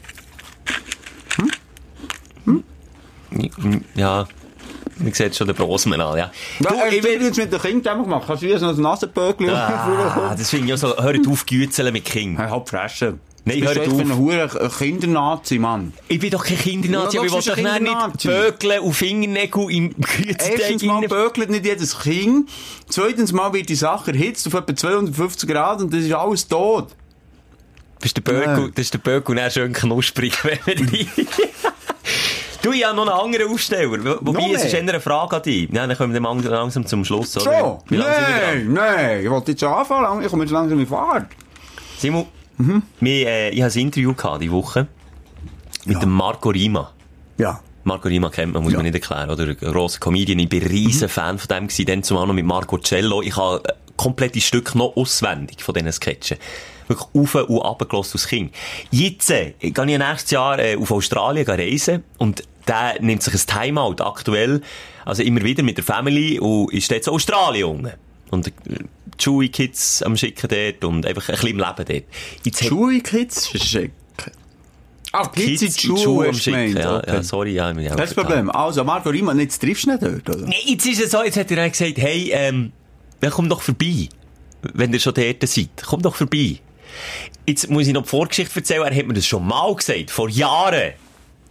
Ja. Man sieht schon den Brosmann an, ja. Du, Du, ich will... jetzt mit den Kindern zusammen gemacht. Kannst du wieder so ein Nasenböckchen Ah, das finde ich ja so, hört auf, güzeln mit Kindern. Hey, halt fressen. Nein, hör hör auf. Ich bin ein hure Kindernazi, Mann. Ich bin doch kein Kindernazi, Ja, aber ich will doch doch, du bist ein nachher nicht Kindernazi. Bögeln und Fingernägel im Güzelteig Erstens mal rein- bögelt nicht jedes Kind. Zweitens mal wird die Sache erhitzt auf etwa 250 Grad und das ist alles tot. Das ist der Bögel, Nein. das ist der Bögel dann schön knusprig, wenn wir die... Du, ich habe noch einen anderen Aufsteller. Wo- Wobei, Noch es ist eher mehr? eine Frage an dich. Ja, dann kommen wir lang- langsam zum Schluss, oder? So, Wie lang sind wir dran? nein, nein, ich wollte jetzt schon anfangen, ich komme jetzt langsam in Fahrt. Simon, wir, äh, ich habe ein Interview gehabt diese Woche mit dem Marco Rima. Ja. Marco Rima kennt man, muss man nicht erklären, oder? Ein grosser Comedian. Ich bin ein Mhm. riesen Fan von dem gewesen, dann zumal noch mit Marco Cello. Ich habe äh, komplette Stücke noch auswendig von diesen Sketchen. Wirklich auf und runter gelassen als Kind. Jetzt, äh, gehe ich nächstes Jahr äh, auf Australien gehen reisen und der nimmt sich ein Timeout aktuell, also immer wieder mit der Family und ist jetzt in Australien unten. Und äh, die Chewy Kids am schicken dort und einfach ein bisschen im Leben dort. Jetzt hat- Schuhe Kids schicken. Ach, Ah, Kids in die in die Schuhe, hast du Schicken, gemeint. Ja, okay. ja, sorry, ja, ich bin auch Kein vertan. Problem. Also, Marco Riemann, jetzt triffst du nicht dort, oder? Nee, jetzt ist es so, jetzt hat er dann gesagt, hey, ähm, dann komm doch vorbei, wenn ihr schon dort seid. Komm doch vorbei. Jetzt muss ich noch die Vorgeschichte erzählen, er hat mir das schon mal gesagt, vor Jahren,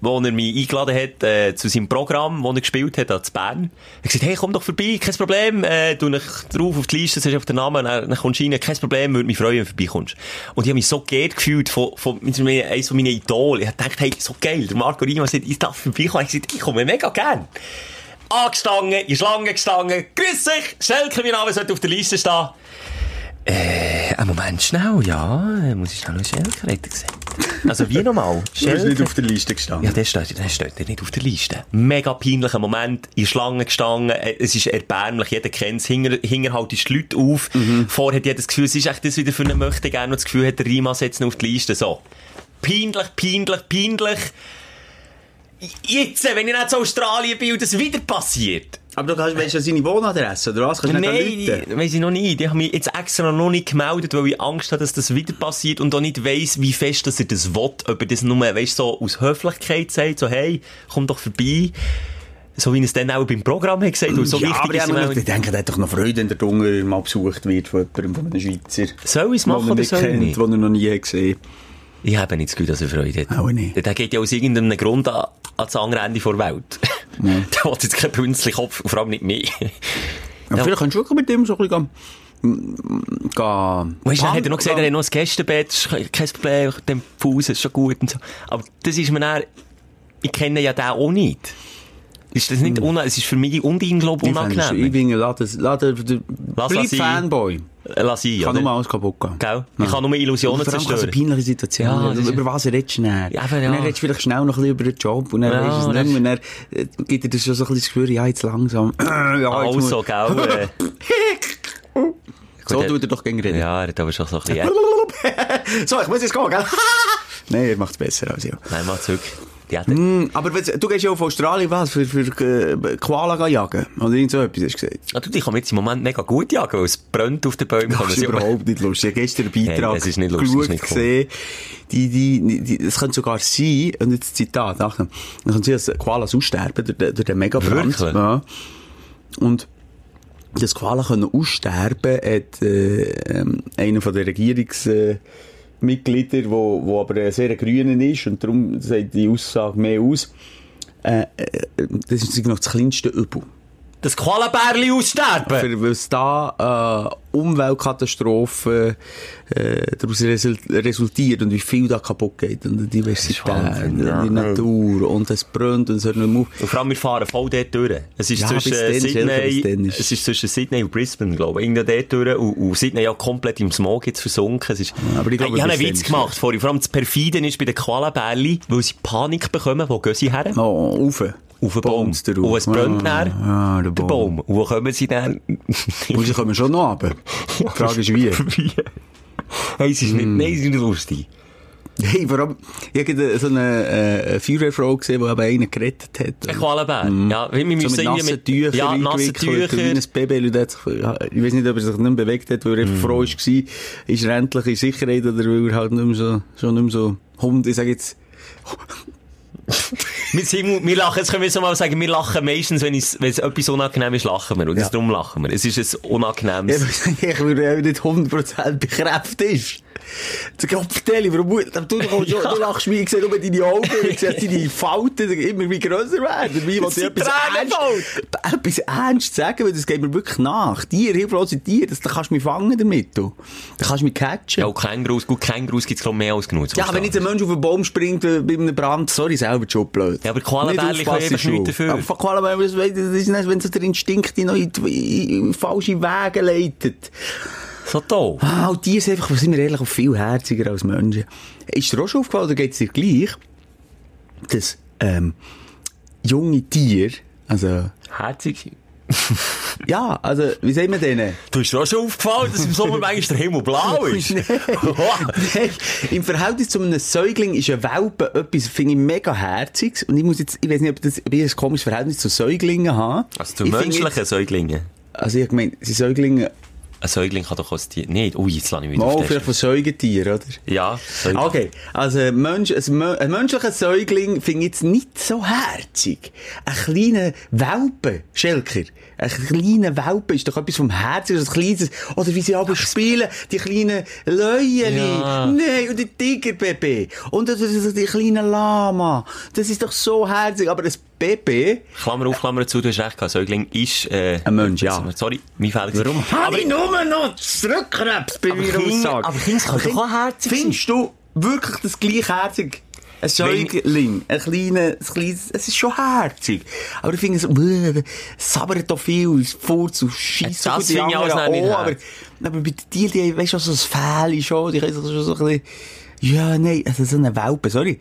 wo er mich eingeladen hat äh, zu seinem Programm, das er gespielt hat, an Bern. Er hat gesagt, hey, komm doch vorbei, kein Problem, äh, tu dich drauf auf die Liste, sagst auf den Namen, dann, dann kommst du rein, kein Problem, würde mich freuen, wenn du vorbeikommst. Und ich habe mich so geehrt gefühlt von, von, mit meinem- eines von meinen Idolen. Ich habe gedacht, hey, so geil, der Marco Rima sagt, ich darf vorbeikommen. Ich habe gesagt, ich komme mega gern angestanden, in Schlange gestanden. Grüß dich, Schelke, mein Name sollte auf der Liste stehen. Äh, einen Moment, schnell, ja. äh, Muss ich schnell noch Schelke reden sehen. Also wie nochmal? Schelke. der Liste gestanden. Ja, der steht, der steht nicht auf der Liste. Mega peinlicher Moment, in Schlange gestanden, äh, es ist erbärmlich, jeder kennt es, hinger, hinger halt die Leute auf, vorher hat jeder das Gefühl, es ist echt das wieder für einen möchte gerne das Gefühl hat, der Rima setzt ihn auf die Liste, so. Peinlich, peinlich, peinlich. Jetzt, äh, wenn ich nicht zu Australien bin und das wieder passiert, Aber du kannst, weißt ja seine Wohnadresse, oder was? Kannst du nicht Nein, anrufen? weiss ich noch nicht. Ich habe mich jetzt extra noch nicht gemeldet, weil ich Angst habe, dass das wieder passiert und auch nicht weiss, wie fest dass er das will. Ob er das nur, weißt, so aus Höflichkeit sagt, so, hey, komm doch vorbei. So wie nou er es dann auch beim Programm hat gesagt, und so ja, wichtig aber ich ist habe mir ihm gedacht, ich auch- denke, der hat doch noch Freude, wenn der Dunger mal besucht wird von jemandem, von einem Schweizer. Soll ich es den machen er oder nicht soll ich kennt, nicht? den er noch nie gesehen Ich habe nicht das Gefühl, dass er Freude hat. Auch nicht. Der geht ja aus irgendeinem Grund an, an das andere Ende der Welt. der will jetzt keinen bünzlichen Kopf, und vor allem nicht mich. hat. Ja. Ja. Vielleicht kannst du wirklich mit dem so ein bisschen gehen. gehen- Weißt du, dann hat er Mm, Pan- noch gesagt, er hat noch ein Gästebett, ist ke- kein Problem, dem Fuß ist schon gut und so. Aber das ist mir dann, ich kenne ja den auch nicht. Ist das Hm. nicht unangenehm? Es ist für mich und ihn, glaube ich, Ich fände es- Ich unangenehm. bin ein Laden, Laden, Lass bleib sein. Fanboy. Äh, Lass ich, Ich kann oder? nur alles kaputt gehen. Gell? Ich kann nur Illusionen Vor allem kann es eine zerstören. peinliche Situation Ja, sein. das ist- Über was redest du näher? Ja, aber ja. Und dann redest du vielleicht schnell noch ein bisschen über den Job und dann Ja, weisst du das- es nicht mehr. Und dann äh, gibt dir das schon so ein bisschen das Gespür, ja, jetzt langsam. ja, jetzt Also, muss- gell? Äh, So Gut, äh, tut er doch gegen reden. ja, er hat aber schon so ein bisschen... so, ich muss jetzt gehen, gell? Nein, er macht es besser als ich. Nein, mal zurück. Die hat Hm, Aber was- du gehst ja auf Australien was? Für, für äh, Koala gehen jagen? Oder irgend so etwas hast du gesagt? Ah, du, die kann mir jetzt im Moment mega gut jagen, weil es brennt auf den Bäumen. Das ist überhaupt nicht lustig. Ich habe gestern einen Beitrag Hey, das ist nicht lustig, geschaut, das ist nicht cool. gesehen. Die, die, die, es könnte sogar sein, und jetzt Zitat, Achtung, es könnte sein, dass Koalas aussterben durch, den- durch den Megabrand. Wirklich? Ja. Und das Koala können aussterben, hat äh, ähm, einer von der Regierungs... Äh, Mitglieder, wo, wo aber ein sehr grünen ist und darum sagt die Aussage mehr aus. Äh, äh, das ist noch das kleinste Übel. Das Koalabärli aussterben! Für, weil es da äh, Umweltkatastrophen äh, daraus resul resultiert und wie viel da kaputt geht und die Diversität Wahnsinn, und ja. die Natur und es brennt und es hört nicht mehr auf. Und vor allem, wir fahren voll dort durch. Es ist Ja, zwischen bis dann, Schelke, bis dann Sydney, ist- es ist zwischen Sydney und Brisbane, glaube ich. Irgendwo dort durch. Und, und Sydney ja komplett im Smog jetzt versunken. Es ist, aber ich glaube, ich habe einen bis Witz dann ist- gemacht vorhin. Vor allem das Perfiden ist bei den Koalabärli, weil sie Panik bekommen, wo gehen sie her? Oh, rauf. Auf den Baum. Bäumt's drauf. Und es brennt Ah, dann. Ja, der Der Baum. Baum. Und wo kommen sie dann? Und sie kommen schon noch runter. Die Frage ist wie. Hm. hey, es ist nicht, nein, es ist nicht lustig. Hey, warum? Ich habe gerade so eine äh, Feuerwehrfrau gesehen, die eben einen gerettet hat. Ein Koalabär. Ja, wir müssen Hm. So mit irgendwie nassen Tüchern ja, nassen eingewickelt, Tücher. Wie ein Baby. Und hat sich, ja, ich weiß nicht, ob er sich nicht mehr bewegt hat, weil er einfach froh war. Ist er endlich in Sicherheit oder weil er halt nicht mehr so, schon nicht mehr so Hund, ich sage jetzt, Wir, sind, wir lachen, jetzt können wir so mal sagen, wir lachen meistens, wenn es, wenn es etwas unangenehm ist, lachen wir. Und das darum lachen wir. Es ist ein ich unangenehmes. weiß nicht, ich würde auch nicht 100% bekräftigt ist. Der Kopfteil, warum muss- du, du, kommst schon, du lachst mich, ich sehe nur deine Augen, ich sehe deine Falten die immer wie grösser werden. Wie will sind dir etwas Tränen ernst, etwas ernst sagen, weil das geht mir wirklich nach. Tier, hilflose Tier, das, da kannst du mich fangen damit, du. Da kannst du mich catchen. Ja, und Kängurus, gut, Kängurus gibt's, glaub ich, mehr als genug. zu Ja, wenn jetzt verstehen. ein Mensch auf einen Baum springt äh, bei einem Brand, sorry, selber schon blöd. Ja, aber Koalabärli Nicht können aufpassen, einfach nichts Schuh. dafür. Aber von Koalabärli, das weiss- das ist nicht, wenn so der Instinkt in, in, in falsche Wege leitet. So toll. Ah, und die sind einfach, sind wir ehrlich, auch viel herziger als Menschen. Ist dir auch schon aufgefallen, oder geht es dir gleich, dass ähm, junge Tiere, also, Herzig. eh, ja, also, wie sagt man denen? Du hast dir auch schon aufgefallen, dass im Sommer manchmal der Himmel blau ist. Nein, Im Verhältnis zu einem Säugling ist ein Welpe etwas, finde ich, mega herziges. Und ich muss jetzt, ich weiß nicht, ob, das, ob ich ein komisches Verhältnis zu Säuglingen habe. also zu Ich finde menschlichen Jetzt, Säuglingen. also ich meine, sind Säuglinge, Ein Säugling kann doch als Tier... Nein, ui, jetzt lass ich mich mal auftesten. vielleicht von Säugetieren, oder? Ja, Säugling. Okay, also ein, Mensch, ein, Mö- ein menschlicher Säugling finde ich jetzt nicht so herzig. Ein kleiner Welpe, Schelker, ein kleiner Welpe ist doch etwas vom Herzen, ein kleines, oder wie sie aber spielen, die kleinen Löwen, Ja. nein, und die Tigerbaby, und das ist die kleinen Lama, das ist doch so herzig, aber das Baby, Klammer auf, Klammer zu, du hast recht gehabt. Säugling ist... Äh, Ein Mensch, ja. Sorry, mein Fehler. warum habe Aber- ich nur noch Zurückkrebs bei meiner Kinder- Aussage? aber Kinder können doch auch herzig sein. Findest du wirklich das gleichherzig? Ein Säugling, ein kleiner, ein kleines, es ist schon herzig. Aber ich finde es, äh, es sabbert doch viel, es furzt und scheisst Ja, das so gut finde die ich alles anderen nicht an, aber, herzig. aber bei dir, die, weißt du, so ein Fell schon, die können sich schon so ein bisschen, ja, nein, also so eine Welpe, sorry.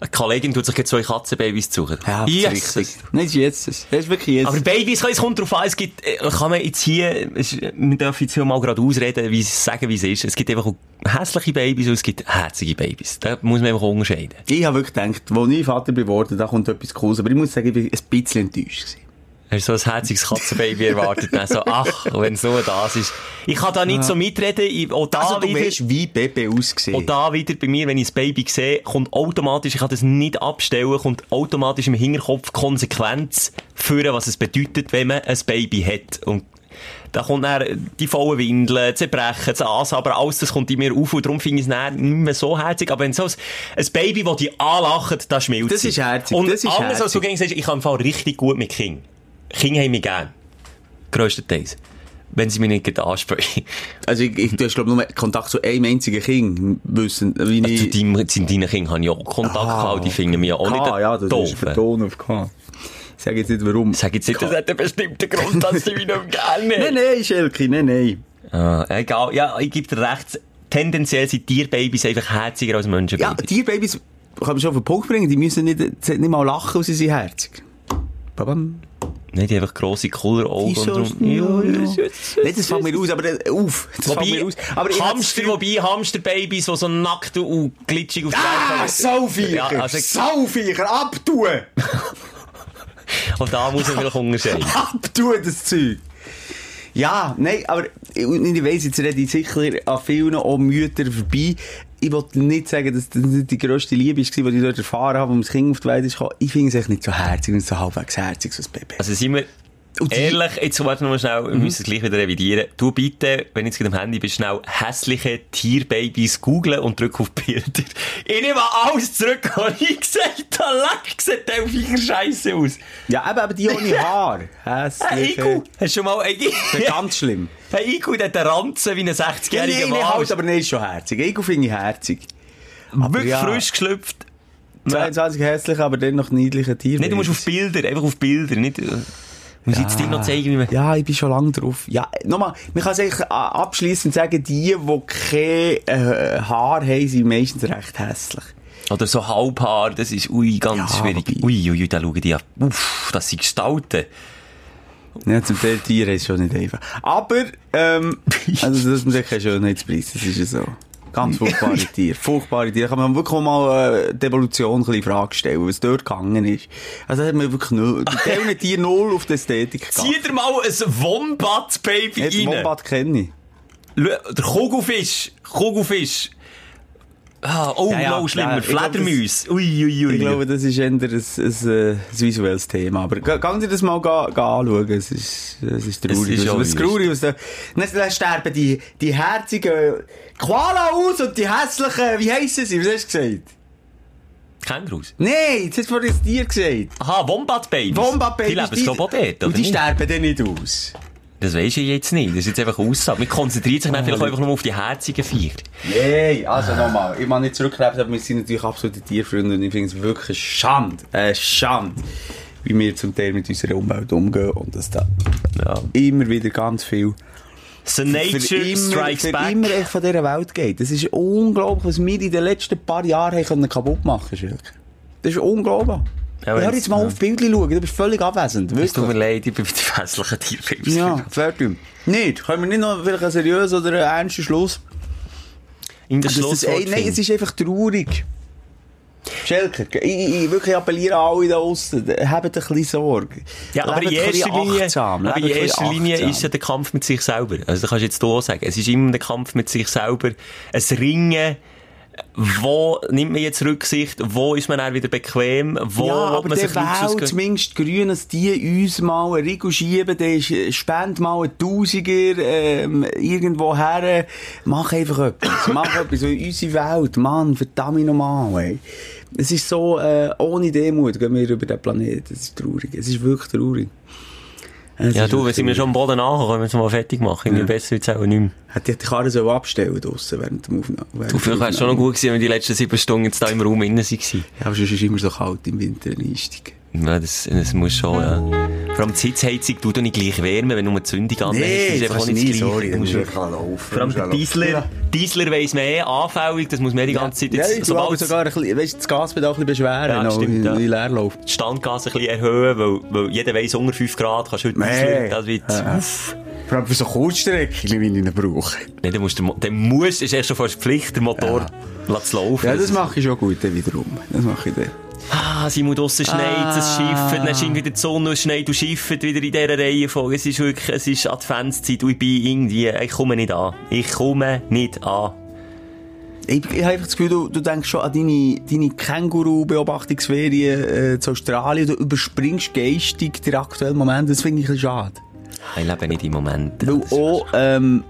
Eine Kollegin tut sich jetzt zwei Katzenbabys suchen. Ja, das ist richtig. Nein, das ist jetzt, das ist wirklich jetzt. Aber Babys, es kommt drauf an, es gibt, äh, kann man jetzt hier, es, wir dürfen jetzt hier mal gerade ausreden, wie, sagen, wie es ist. Es gibt einfach auch hässliche Babys und es gibt herzige Babys. Da muss man einfach unterscheiden. ich habe wirklich gedacht, als ich Vater geworden da kommt etwas Cooles. Aber ich muss sagen, ich bin ein bisschen enttäuscht gewesen. Hast du so ein herziges Katzenbaby erwartet? Dann so, ach, wenn es nur das ist. Ich kann da nicht so mitreden. Ich, auch da Also, du wieder, weißt, wie Pepe aussieht. auch da wieder bei mir, wenn ich das Baby sehe, kommt automatisch, ich kann das nicht abstellen, kommt automatisch im Hinterkopf Konsequenz führen, was es bedeutet, wenn man ein Baby hat. Und da kommt dann die vollen Windeln, das Zerbrechen, das Ansabbern, alles das kommt in mir auf und darum finde ich es dann nicht mehr so herzig. Aber wenn so ein, ein Baby, das dich anlacht, das schmilzt Das sie. ist herzig, Und das ist anders als du herzig. gegen sagst, ich kann im Fall richtig gut mit Kindern. Kinder haben mich gern. Grösstenteils. Wenn sie mich nicht gerade ansprechen. Also, ich, ich, du hast, glaube nur Kontakt zu einem einzigen Kind. Wissen, wie Also Zu ich... deinem, zu deinen Kindern habe ich auch Kontakt gehabt, die finden mich ja auch nicht K, Ah, ja, das doof. ist der Ton auf K. Ich sage jetzt nicht, warum. Sag jetzt nicht, das hat einen bestimmten Grund, dass sie mich nicht mehr gerne Nein, nein, Schelke, nein, nein. Ah, egal, ja, ich gebe dir recht. Tendenziell sind Tierbabys einfach herziger als Ja, Menschenbabys. Tierbabys kann man schon auf den Punkt bringen, die müssen nicht, sie nicht mal lachen und sie sind herzig. Babam. Nicht einfach grosse Kulleraugen und drum. Nein, das fällt mir aus, aber äh, auf. Das fällt mir Wobei, aus. Aber ich hab's Hamster, wobei Hamsterbabys, die so nackt und glitschig auf die Ah, Welt kommen. Sauviecher! Ja, also- Sauviecher! Abtun! Und da muss man vielleicht unterscheiden. Abtun, das Zeug! Ja, nein, aber ich, und ich weiss, jetzt rede ich sicher an vielen auch Müttern vorbei. Ich wollte nicht sagen, dass das nicht die grösste Liebe war, die ich dort erfahren habe, als das Kind auf die Welt kam. Ich finde es echt nicht so herzig, wenn es so halbwegs herzig ist, so ein Baby. Also sind wir Und die- Mhm. ehrlich, jetzt warte noch schnell, wir müssen es gleich wieder revidieren. Du bitte, wenn jetzt gerade am Handy bist, schnell hässliche Tierbabys googlen und drück auf Bilder. Ich nehme alles zurück, was ich gesagt habe. Leck, sieht der Finger scheiße aus. Ja, eben, aber die ohne Haar. eh, Ein Hässlich. Igu, hast du schon mal ein Igu? Das ist ganz schlimm. Ein Igu, der hat einen Ranzen wie ein Ja, nee, 60-jähriger nee, Mann. halt, aber nicht schon herzig. Ego finde ich herzig. Wirklich ja. frisch geschlüpft. 22 hässlich, aber dann noch niedliche Tiere. Nicht, du musst auf Bilder, einfach auf Bilder, nicht... äh, Muss ich jetzt dir noch zeigen, wie man... Ja, ich bin schon lange drauf. Ja, nochmal, man kann es eigentlich äh, abschliessend sagen, die, die kein äh, Haar haben, sind meistens recht hässlich. Oder so Halbhaar, das ist ui, ganz Ja, schwierig. wobei- Ui, ui, ui, da schauen die an. Uff, das sind Gestalten. Ja, zum Teil Tiere ist schon nicht einfach. Aber, ähm, also das muss ich kein Schönheitspreis, das ist ja so. Ganz furchtbare Tiere, furchtbare Tiere. Da kann man wirklich mal äh, die Evolution ein bisschen in Frage stellen, was dort gegangen ist. Also da hat man wirklich null, bei diesen Tieren null auf die Ästhetik Zieh dir mal ein Wombat-Baby Jetzt rein. Wombat kenne ich. Schau, Der Kugelfisch. Kugelfisch. Ah, oh, Ja, ja, noch schlimmer. klar. Ich glaub, Fledermäus. Ui, ui, ui. Ich glaube, das ist eher ein, ein, äh, ein visuelles Thema. Aber ge- gehen Sie das mal ga, ga anschauen. Es ist, es ist traurig. Es ist auch was, was wüst. traurig aus der- Dann dann sterben die, die herzigen Koala aus und die hässlichen, wie heissen sie? Was hast du gesagt? Kängurus. Nein, jetzt hast du vorhin das Tier gesagt. Aha, Wombat-Babys. Wombat-Babys, Die leben es, glaube ich, auch dort, Und oder die nicht? sterben dann nicht aus. Das weisst du jetzt nicht. Das ist jetzt einfach eine Aussage. Man konzentriert sich dann vielleicht auch einfach nur auf die herzigen Vier. Nein, also nochmal. Ich mag nicht zurückkrebsen, aber wir sind natürlich absolute Tierfreunde und ich finde es wirklich eine Schande. Eine Schande. Wie wir zum Teil mit unserer Umwelt umgehen und dass da Ja. immer wieder ganz viel The für Nature immer, Strikes für Back. immer echt von dieser Welt geht. Das ist unglaublich, was wir in den letzten paar Jahren haben können kaputt machen können. Das ist unglaublich. Ja, Hör wenn's- jetzt mal auf Bildli schauen, du bist völlig abwesend. Es tut mir Wirklich. leid, ich bin mit den hässlichen Tierbabys. Ja, fertig. Nicht. Können wir nicht noch vielleicht einen seriösen oder einen ernsten Schluss? In der Das ist, ey, Schlusswort. nein, es ist einfach traurig. Schelker, ich, ich, ich wirklich appelliere an alle da aussen, habt ein bisschen Sorge. Ja, aber Lebt in ein erster bisschen Linie, achtsam, aber lebt in ein bisschen erster Linie achtsam. ist es ja der Kampf mit sich selber. Also, da kannst du jetzt du auch sagen. Es ist immer der Kampf mit sich selber. Ein Ringen. Wo nimmt man jetzt Rücksicht? Wo ist man dann wieder bequem? Wo ja, will aber man der sich Luxus wählt gönnen? zumindest grün, dass die uns mal einen Rigo schieben, der ist, äh, spend mal einen Tausiger ähm, irgendwo her. Mach einfach etwas. Mach etwas. Weil Unsere Welt, Mann, verdammt nochmal. ey. Es ist so, äh, ohne Demut gehen wir über den Planeten. Es ist traurig. Es ist wirklich traurig. Es Ja, ist du, wenn wirklich sind wir traurig. schon am Boden ankommen, können wir es mal fertig machen. Irgendwie besser wird's auch nicht mehr. Hätte ich die Karre so abstellen draussen während dem Aufnahme. während Du, der vielleicht wäre es schon noch Aufnahme. gut gewesen, wenn die letzten sieben Stunden jetzt da im Raum innen waren. Ja, aber sonst ist es immer so kalt im Winter, ein Einstieg. Ja, das, das muss schon, ja. Vor allem die Sitzheizung tut doch nicht gleich wärmen, wenn du eine Zündung anmachst. Nee, ist das einfach auch kannst nicht du nie, das Gleiche. sorry. Du Dann musst musst du einfach laufen. Vor allem der Diesler, Diesler weiss man eh, anfällig, das muss man eh die ganze Zeit Ja, jetzt, ich sobald glaube das sogar, ein bisschen- weißt, du, das Gaspedal ein bisschen beschweren, Ja, noch, stimmt, wie, ja. wie leer läuft. Standgas ein bisschen erhöhen, weil, weil jeder weiss, unter 5 Grad kannst du heute Diesler, das wird, uff. Vor allem für so Kurzstrecken, wie ich ihn brauche. Nee, dann musst du, den- dann musst, ist echt schon fast Pflicht, den Motor ja. zu laufen. Ja, das ist- mache ich schon gut, dann wiederum. Das mache ich dann. Ah, sie muss draussen schneit, es schifft, dann scheint wieder die Sonne, es schneit und schifft wieder in dieser Reihenfolge. Es ist wirklich, es ist Adventszeit und ich bin irgendwie, ich komme nicht an. Ich komme nicht an. Ich, ich habe einfach das Gefühl, du, du denkst schon an deine, deine Känguru-Beobachtungsferien äh, zu Australien. Du überspringst geistig den aktuellen Moment. Das finde ich ein bisschen schade. Ich lebe nicht im Moment. Weil auch, ähm,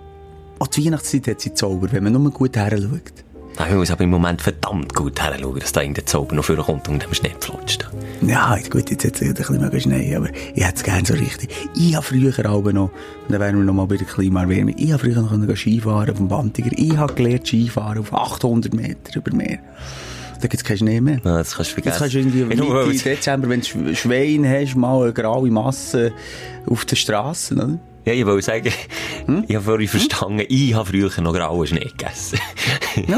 auch die Weihnachtszeit hat sie Zauber, wenn man nur gut her schaut. Nein, ich muss aber im Moment verdammt gut heranschauen, dass da irgendein Zauber noch vorkommt und dem Schnee flutscht. Ja, jetzt gut, jetzt hat es ein bisschen mehr Schnee, aber ich hätte es gerne so richtig. Ich habe früher auch noch, und dann wären wir noch mal bei der Klimaerwärmung, ich habe früher noch können Skifahren auf dem Bantiger. Ich habe gelernt Skifahren auf 800 Meter über Meer. Da gibt es keinen Schnee mehr. Ja, das kannst du vergessen. Jetzt kannst du irgendwie Ich nur, Mitte weil- eh, Dezember, wenn du Sch- Schwein hast, mal eine graue Masse auf den Straßen, oder? Ja, ich wollte sagen, ich habe vorhin verstanden, ich habe früher noch grauen Schnee gegessen. ich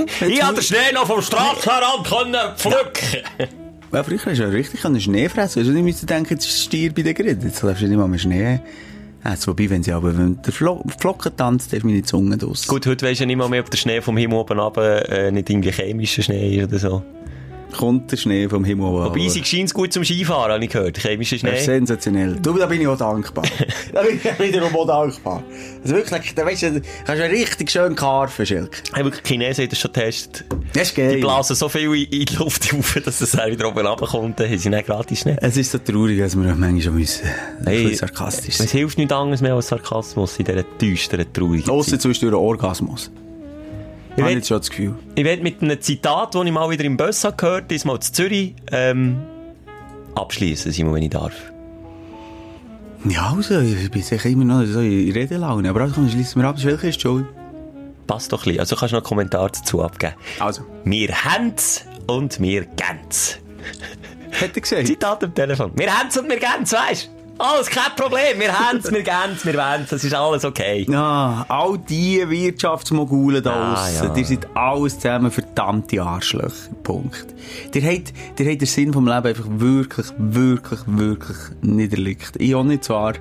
habe den Schnee noch vom Straßenrand können pflücken. Ja, früher hast du ja richtig können Schnee fressen. Also nicht müssen denken, jetzt ist Stier bei den Grillen. Jetzt darfst du nicht mal mehr Schnee essen. Wobei, wenn sie aber wenn der Flo Flocken tanzt, ist meine Zunge draus. Gut, heute weisst du ja nicht mal mehr, ob der Schnee vom Himmel oben runter äh, nicht irgendwie chemischer Schnee ist oder so. Kommt der Schnee vom Himmel an. Wobei, sie scheint gut zum Skifahren, habe ich gehört. Chemischer Das ist Schnee. sensationell. Du, da bin ich auch dankbar. da bin ich wiederum auch dankbar. Also wirklich, da weißt du, kannst du richtig schön karfen, Schilk. Hey, wirklich, die Chinesen haben das schon getestet. Das ist geil. Die blasen so viel in, in die Luft rauf, dass es auch wieder oben runterkommt. Dann haben sie nicht gratis Schnee. Es ist so traurig, dass wir manchmal schon müssen. Hey, ein bisschen sarkastisch Es sein. hilft nichts anderes mehr als Sarkasmus in dieser düsteren, traurigen Ausser zwischendurch ein Orgasmus. Ich habe will- jetzt schon das Gefühl. Ich werde mit einem Zitat, das ich mal wieder im Bössa gehört habe, diesmal zu Zürich, ähm, abschließen, Simon, wenn ich darf. Ja, also, ich bin sicher immer noch so in Redelaune. Aber also, komm, schließen wir ab. Welche ist die Schuld? Passt doch ein bisschen. Also kannst du noch einen Kommentar dazu abgeben. Also, Wir haben's und wir gehen's. hätte er gesehen. Zitat am Telefon. Wir haben's und wir gehen's, weisst du? Alles kein Problem. Wir haben's, wir gehen's, wir wollen's. Das ist alles okay. Ja, all die Wirtschaftsmogulen da Ah, aussen, ja. die sind alles zusammen verdammte Arschlöcher. Punkt. Der hat, der hat den Sinn vom Leben einfach wirklich, wirklich, wirklich niederlegt. Ich auch nicht zwar.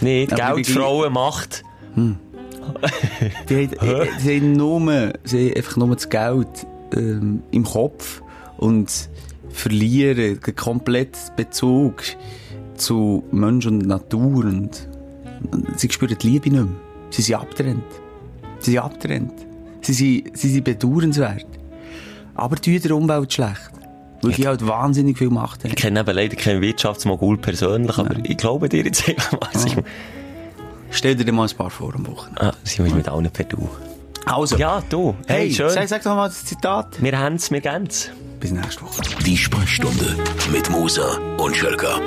Nicht Aber Geld, ich- Frauen, Macht. Die hat, äh, sie haben nur, sie haben einfach nur das Geld ähm, im Kopf und verlieren den kompletten Bezug zu Mensch und Natur und, und sie spüren die Liebe nicht mehr. Sie sind abtrennt. Sie sind abtrennt. Sie sind, sie sind bedauernswert. Aber die tun der Umwelt schlecht. Weil die halt wahnsinnig viel Macht haben. Ich kenne eben leider keinen Wirtschaftsmogul persönlich, aber ich glaube dir jetzt einfach Ah. mal, Simon. Stell dir mal ein paar vor am Wochenende. Ah, Simon ist mit allen per Du. Also, Ja, du. Hey, hey, schön. sag, sag doch mal das Zitat. Wir haben's, wir gehen's. Bis nächste Woche. Die Sprechstunde mit Musa und Schelka.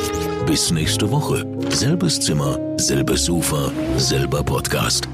Bis nächste Woche. Selbes Zimmer, selbes Sofa, selber Podcast.